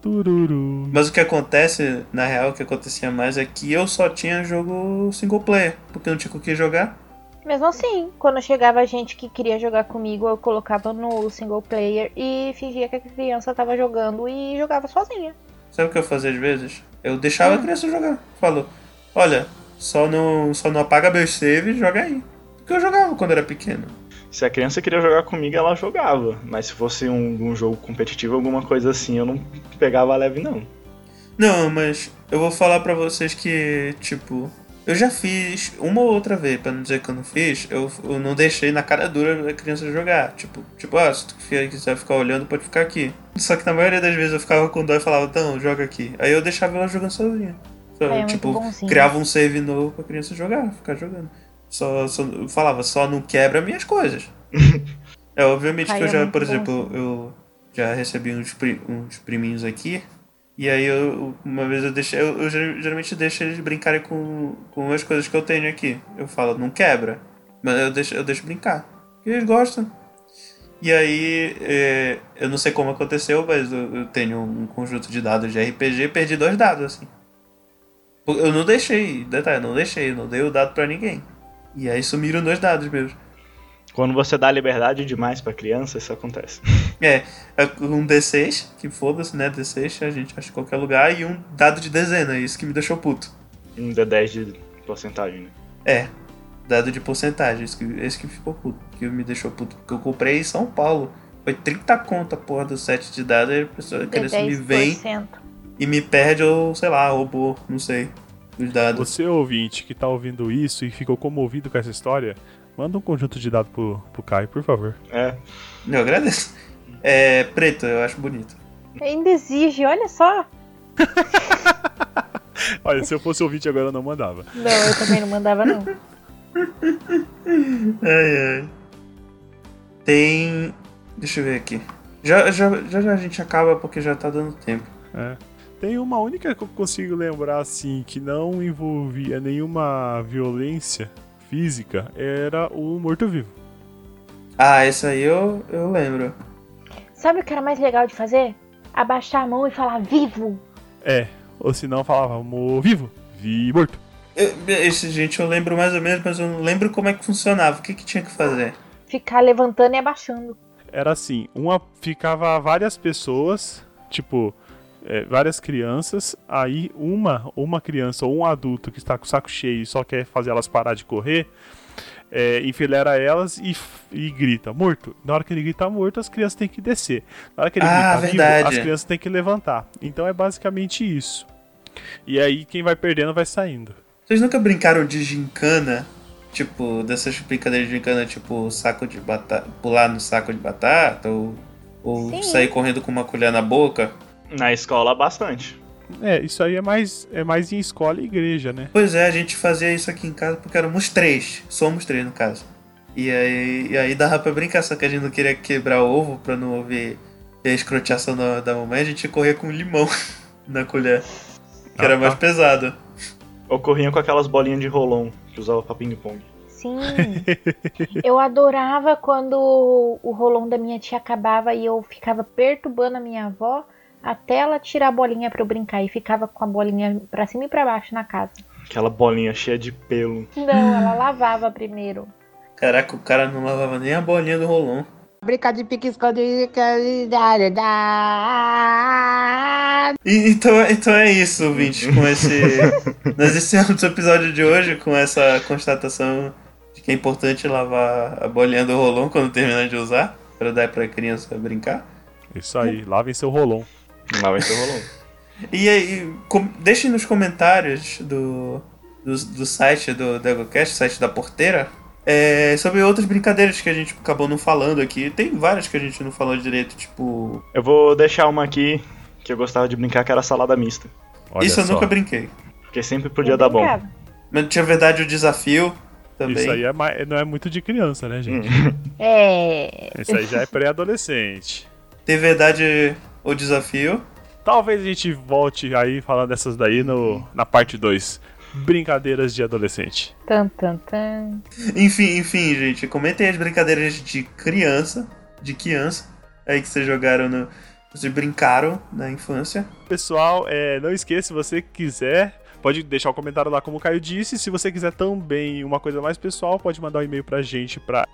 Speaker 4: Tururu.
Speaker 1: Mas o que acontece, na real, o que acontecia mais é que eu só tinha jogo single player, porque não tinha com quem jogar.
Speaker 2: Mesmo assim, quando chegava gente que queria jogar comigo, eu colocava no single player e fingia que a criança tava jogando e jogava sozinha.
Speaker 1: Sabe o que eu fazia às vezes? Eu deixava a criança jogar. Falou, olha, só não, só não apaga meus saves, joga aí. Porque eu jogava quando era pequeno.
Speaker 3: Se a criança queria jogar comigo, ela jogava. Mas se fosse um, um jogo competitivo, alguma coisa assim, eu não pegava leve, não.
Speaker 1: Não, mas eu vou falar pra vocês que, tipo, eu já fiz uma ou outra vez, pra não dizer que eu não fiz, eu, eu não deixei na cara dura a criança jogar. Tipo, tipo, ah, se tu fi- quiser ficar olhando, pode ficar aqui. Só que na maioria das vezes eu ficava com dó e falava, não, joga aqui. Aí eu deixava ela jogando sozinha. Só,
Speaker 2: É, muito
Speaker 1: tipo,
Speaker 2: bonzinho.
Speaker 1: criava um save novo pra criança jogar, ficar jogando. Só, só eu falava, só não quebra minhas coisas. é, obviamente
Speaker 2: Ai,
Speaker 1: que eu
Speaker 2: é
Speaker 1: já,
Speaker 2: muito
Speaker 1: por
Speaker 2: bom.
Speaker 1: exemplo, eu já recebi uns, pri- uns priminhos aqui. E aí eu uma vez eu deixei. Eu, eu ger- geralmente deixo eles brincarem com, com as coisas que eu tenho aqui. Eu falo, não quebra. Mas eu deixo, eu deixo brincar. Porque eles gostam. E aí, é, eu não sei como aconteceu, mas eu, eu tenho um conjunto de dados de RPG e perdi dois dados, assim. Eu não deixei, detalhe, eu não deixei, eu não dei o dado pra ninguém. E aí sumiram dois dados meus.
Speaker 3: Quando você dá liberdade demais pra criança, isso acontece.
Speaker 1: É, é um D6, que foda-se, né? D6 a gente acha em qualquer lugar, e um dado de dezena, isso que me deixou puto.
Speaker 3: Um D10 de porcentagem, né?
Speaker 1: É, dado de porcentagem, esse que, esse que ficou puto, que me deixou puto. Porque eu comprei em São Paulo, foi 30 conto a porra do set de dados, aí a pessoa
Speaker 2: De
Speaker 1: criança me vem
Speaker 2: 10%.
Speaker 1: e me perde, ou sei lá, roubou, não sei, os dados.
Speaker 4: Você ouvinte que tá ouvindo isso e ficou comovido com essa história, manda um conjunto de dados pro, pro Kai, por favor.
Speaker 3: É.
Speaker 1: Eu agradeço. É, preto, eu acho bonito.
Speaker 2: Ainda exige, olha só.
Speaker 4: Olha, se eu fosse ouvinte agora eu não mandava.
Speaker 2: Não, eu também não mandava, não.
Speaker 1: Ai, ai. Tem. Deixa eu ver aqui. Já já, já já a gente acaba porque já tá dando tempo.
Speaker 4: É. Tem uma única que eu consigo lembrar assim, que não envolvia nenhuma violência física, era o morto-vivo.
Speaker 1: Ah, essa aí eu, eu lembro.
Speaker 2: Sabe o que era mais legal de fazer? Abaixar a mão e falar vivo.
Speaker 4: É, ou se não falava "Mo- vivo, vi morto.
Speaker 1: Eu- esse, gente, eu lembro mais ou menos, mas eu não lembro como é que funcionava. O que, que tinha que fazer?
Speaker 2: Ficar levantando e abaixando.
Speaker 4: Era assim, uma ficava várias pessoas, tipo, é, várias crianças, aí uma, uma criança ou um adulto que está com o saco cheio e só quer fazer elas parar de correr, é, enfileira elas e, f- e grita morto. Na hora que ele grita morto, as crianças têm que descer. Na hora que ele
Speaker 1: Ah,
Speaker 4: grita
Speaker 1: verdade.
Speaker 4: vivo, as crianças têm que levantar. Então é basicamente isso. E aí quem vai perdendo vai saindo.
Speaker 1: Vocês nunca brincaram de gincana? Tipo, dessas brincadeiras de gincana, tipo, saco de batata. pular no saco de batata, ou, ou
Speaker 2: Sim.
Speaker 1: sair correndo com uma colher na boca.
Speaker 3: Na escola, bastante.
Speaker 4: É, isso aí é mais, é mais em escola e igreja, né?
Speaker 1: Pois é, a gente fazia isso aqui em casa porque éramos três. Somos três, no caso. E aí, e aí dava pra brincar, só que a gente não queria quebrar o ovo pra não ouvir a escroteação da, da mamãe. A gente corria com limão na colher, que era
Speaker 4: Ah,
Speaker 1: mais
Speaker 4: tá.
Speaker 1: pesado.
Speaker 3: Ocorriam com aquelas bolinhas de rolão que usava pra ping-pong.
Speaker 2: Sim. eu adorava quando o rolão da minha tia acabava e eu ficava perturbando a minha avó até ela tirar a bolinha pra eu brincar. E ficava com a bolinha pra cima e pra baixo na casa.
Speaker 3: Aquela bolinha cheia de pelo.
Speaker 2: Não, ela lavava primeiro.
Speaker 1: Caraca, o cara não lavava nem a bolinha do rolão.
Speaker 6: Brincar de pique-esconde. Até
Speaker 1: E- então, então é isso, ouvinte, com esse. Nós iniciamos o episódio de hoje com essa constatação de que é importante lavar a bolinha do rolão quando terminar de usar, para dar pra criança brincar.
Speaker 4: Isso
Speaker 1: Hum.
Speaker 4: aí, lavem seu rolão.
Speaker 3: Lá vai ser rolão.
Speaker 1: E aí, com, deixem nos comentários do, do, do site do DegoCast, site da porteira, é, sobre outras brincadeiras que a gente acabou não falando aqui. Tem várias que a gente não falou direito, tipo.
Speaker 3: Eu vou deixar uma aqui que eu gostava de brincar, que era salada mista.
Speaker 4: Olha
Speaker 1: isso eu
Speaker 4: só.
Speaker 1: nunca brinquei.
Speaker 3: Porque sempre podia dar tá bom.
Speaker 2: brincava.
Speaker 1: Mas tinha verdade o desafio também.
Speaker 4: Isso aí é mais- não é muito de criança, né, gente?
Speaker 2: É.
Speaker 4: Isso aí já é pré-adolescente.
Speaker 1: Tem verdade o desafio.
Speaker 4: Talvez a gente volte aí falando dessas daí no, na parte 2. Brincadeiras de adolescente.
Speaker 2: Tan, tan, tan.
Speaker 1: Enfim, enfim, gente, comentem as brincadeiras de criança, de criança, aí que vocês jogaram no. Vocês brincaram na infância.
Speaker 4: Pessoal, é, não esqueça, se você quiser, pode deixar o comentário lá como o Caio disse. Se você quiser também uma coisa mais pessoal, pode mandar um e-mail pra gente pra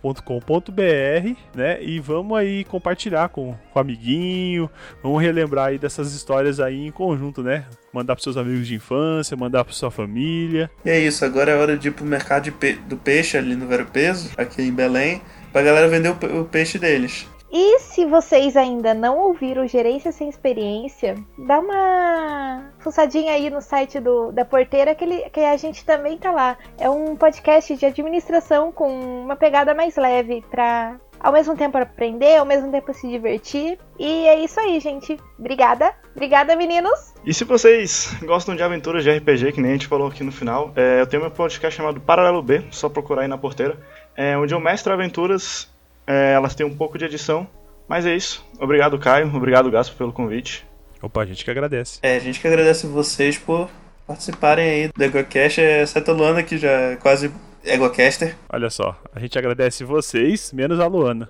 Speaker 4: contato@eguacast.com.br, né? E vamos aí compartilhar com, com o amiguinho, vamos relembrar aí dessas histórias aí em conjunto, né? Mandar pros seus amigos de infância, mandar pra sua família.
Speaker 1: E é isso, agora é hora de ir pro mercado de pe- do peixe ali no Vero Peso, aqui em Belém, pra galera vender o, pe- o peixe deles.
Speaker 2: E se vocês ainda não ouviram Gerência Sem Experiência, dá uma fuçadinha aí no site do, da Porteira, que, ele- que a gente também tá lá. É um podcast de administração com uma pegada mais leve pra, ao mesmo tempo, aprender, ao mesmo tempo se divertir. E é isso aí, gente. Obrigada. Obrigada, meninos.
Speaker 3: E se vocês gostam de aventuras de RPG, que nem a gente falou aqui no final, é, eu tenho meu podcast chamado Paralelo B, só procurar aí na porteira, é, onde eu mestro aventuras, é, elas têm um pouco de edição, mas é isso. Obrigado, Caio, obrigado, Gaspo, pelo convite.
Speaker 4: Opa, a gente que agradece.
Speaker 1: É, a gente que agradece vocês por participarem aí do EgoCast, é, exceto a Luana, que já é quase EgoCaster.
Speaker 4: Olha só, a gente agradece vocês, menos a Luana.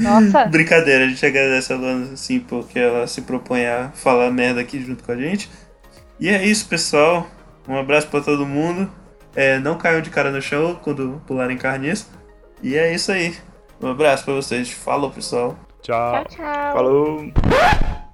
Speaker 2: Nossa.
Speaker 1: Brincadeira, a gente agradece a Luana, sim, porque ela se propõe a falar merda aqui junto com a gente. E é isso, pessoal. Um abraço pra todo mundo. É, não caiam de cara no chão quando pularem carniça. E é isso aí. Um abraço pra vocês. Falou, pessoal.
Speaker 2: tchau,
Speaker 4: Tchau.
Speaker 2: tchau.
Speaker 3: Falou!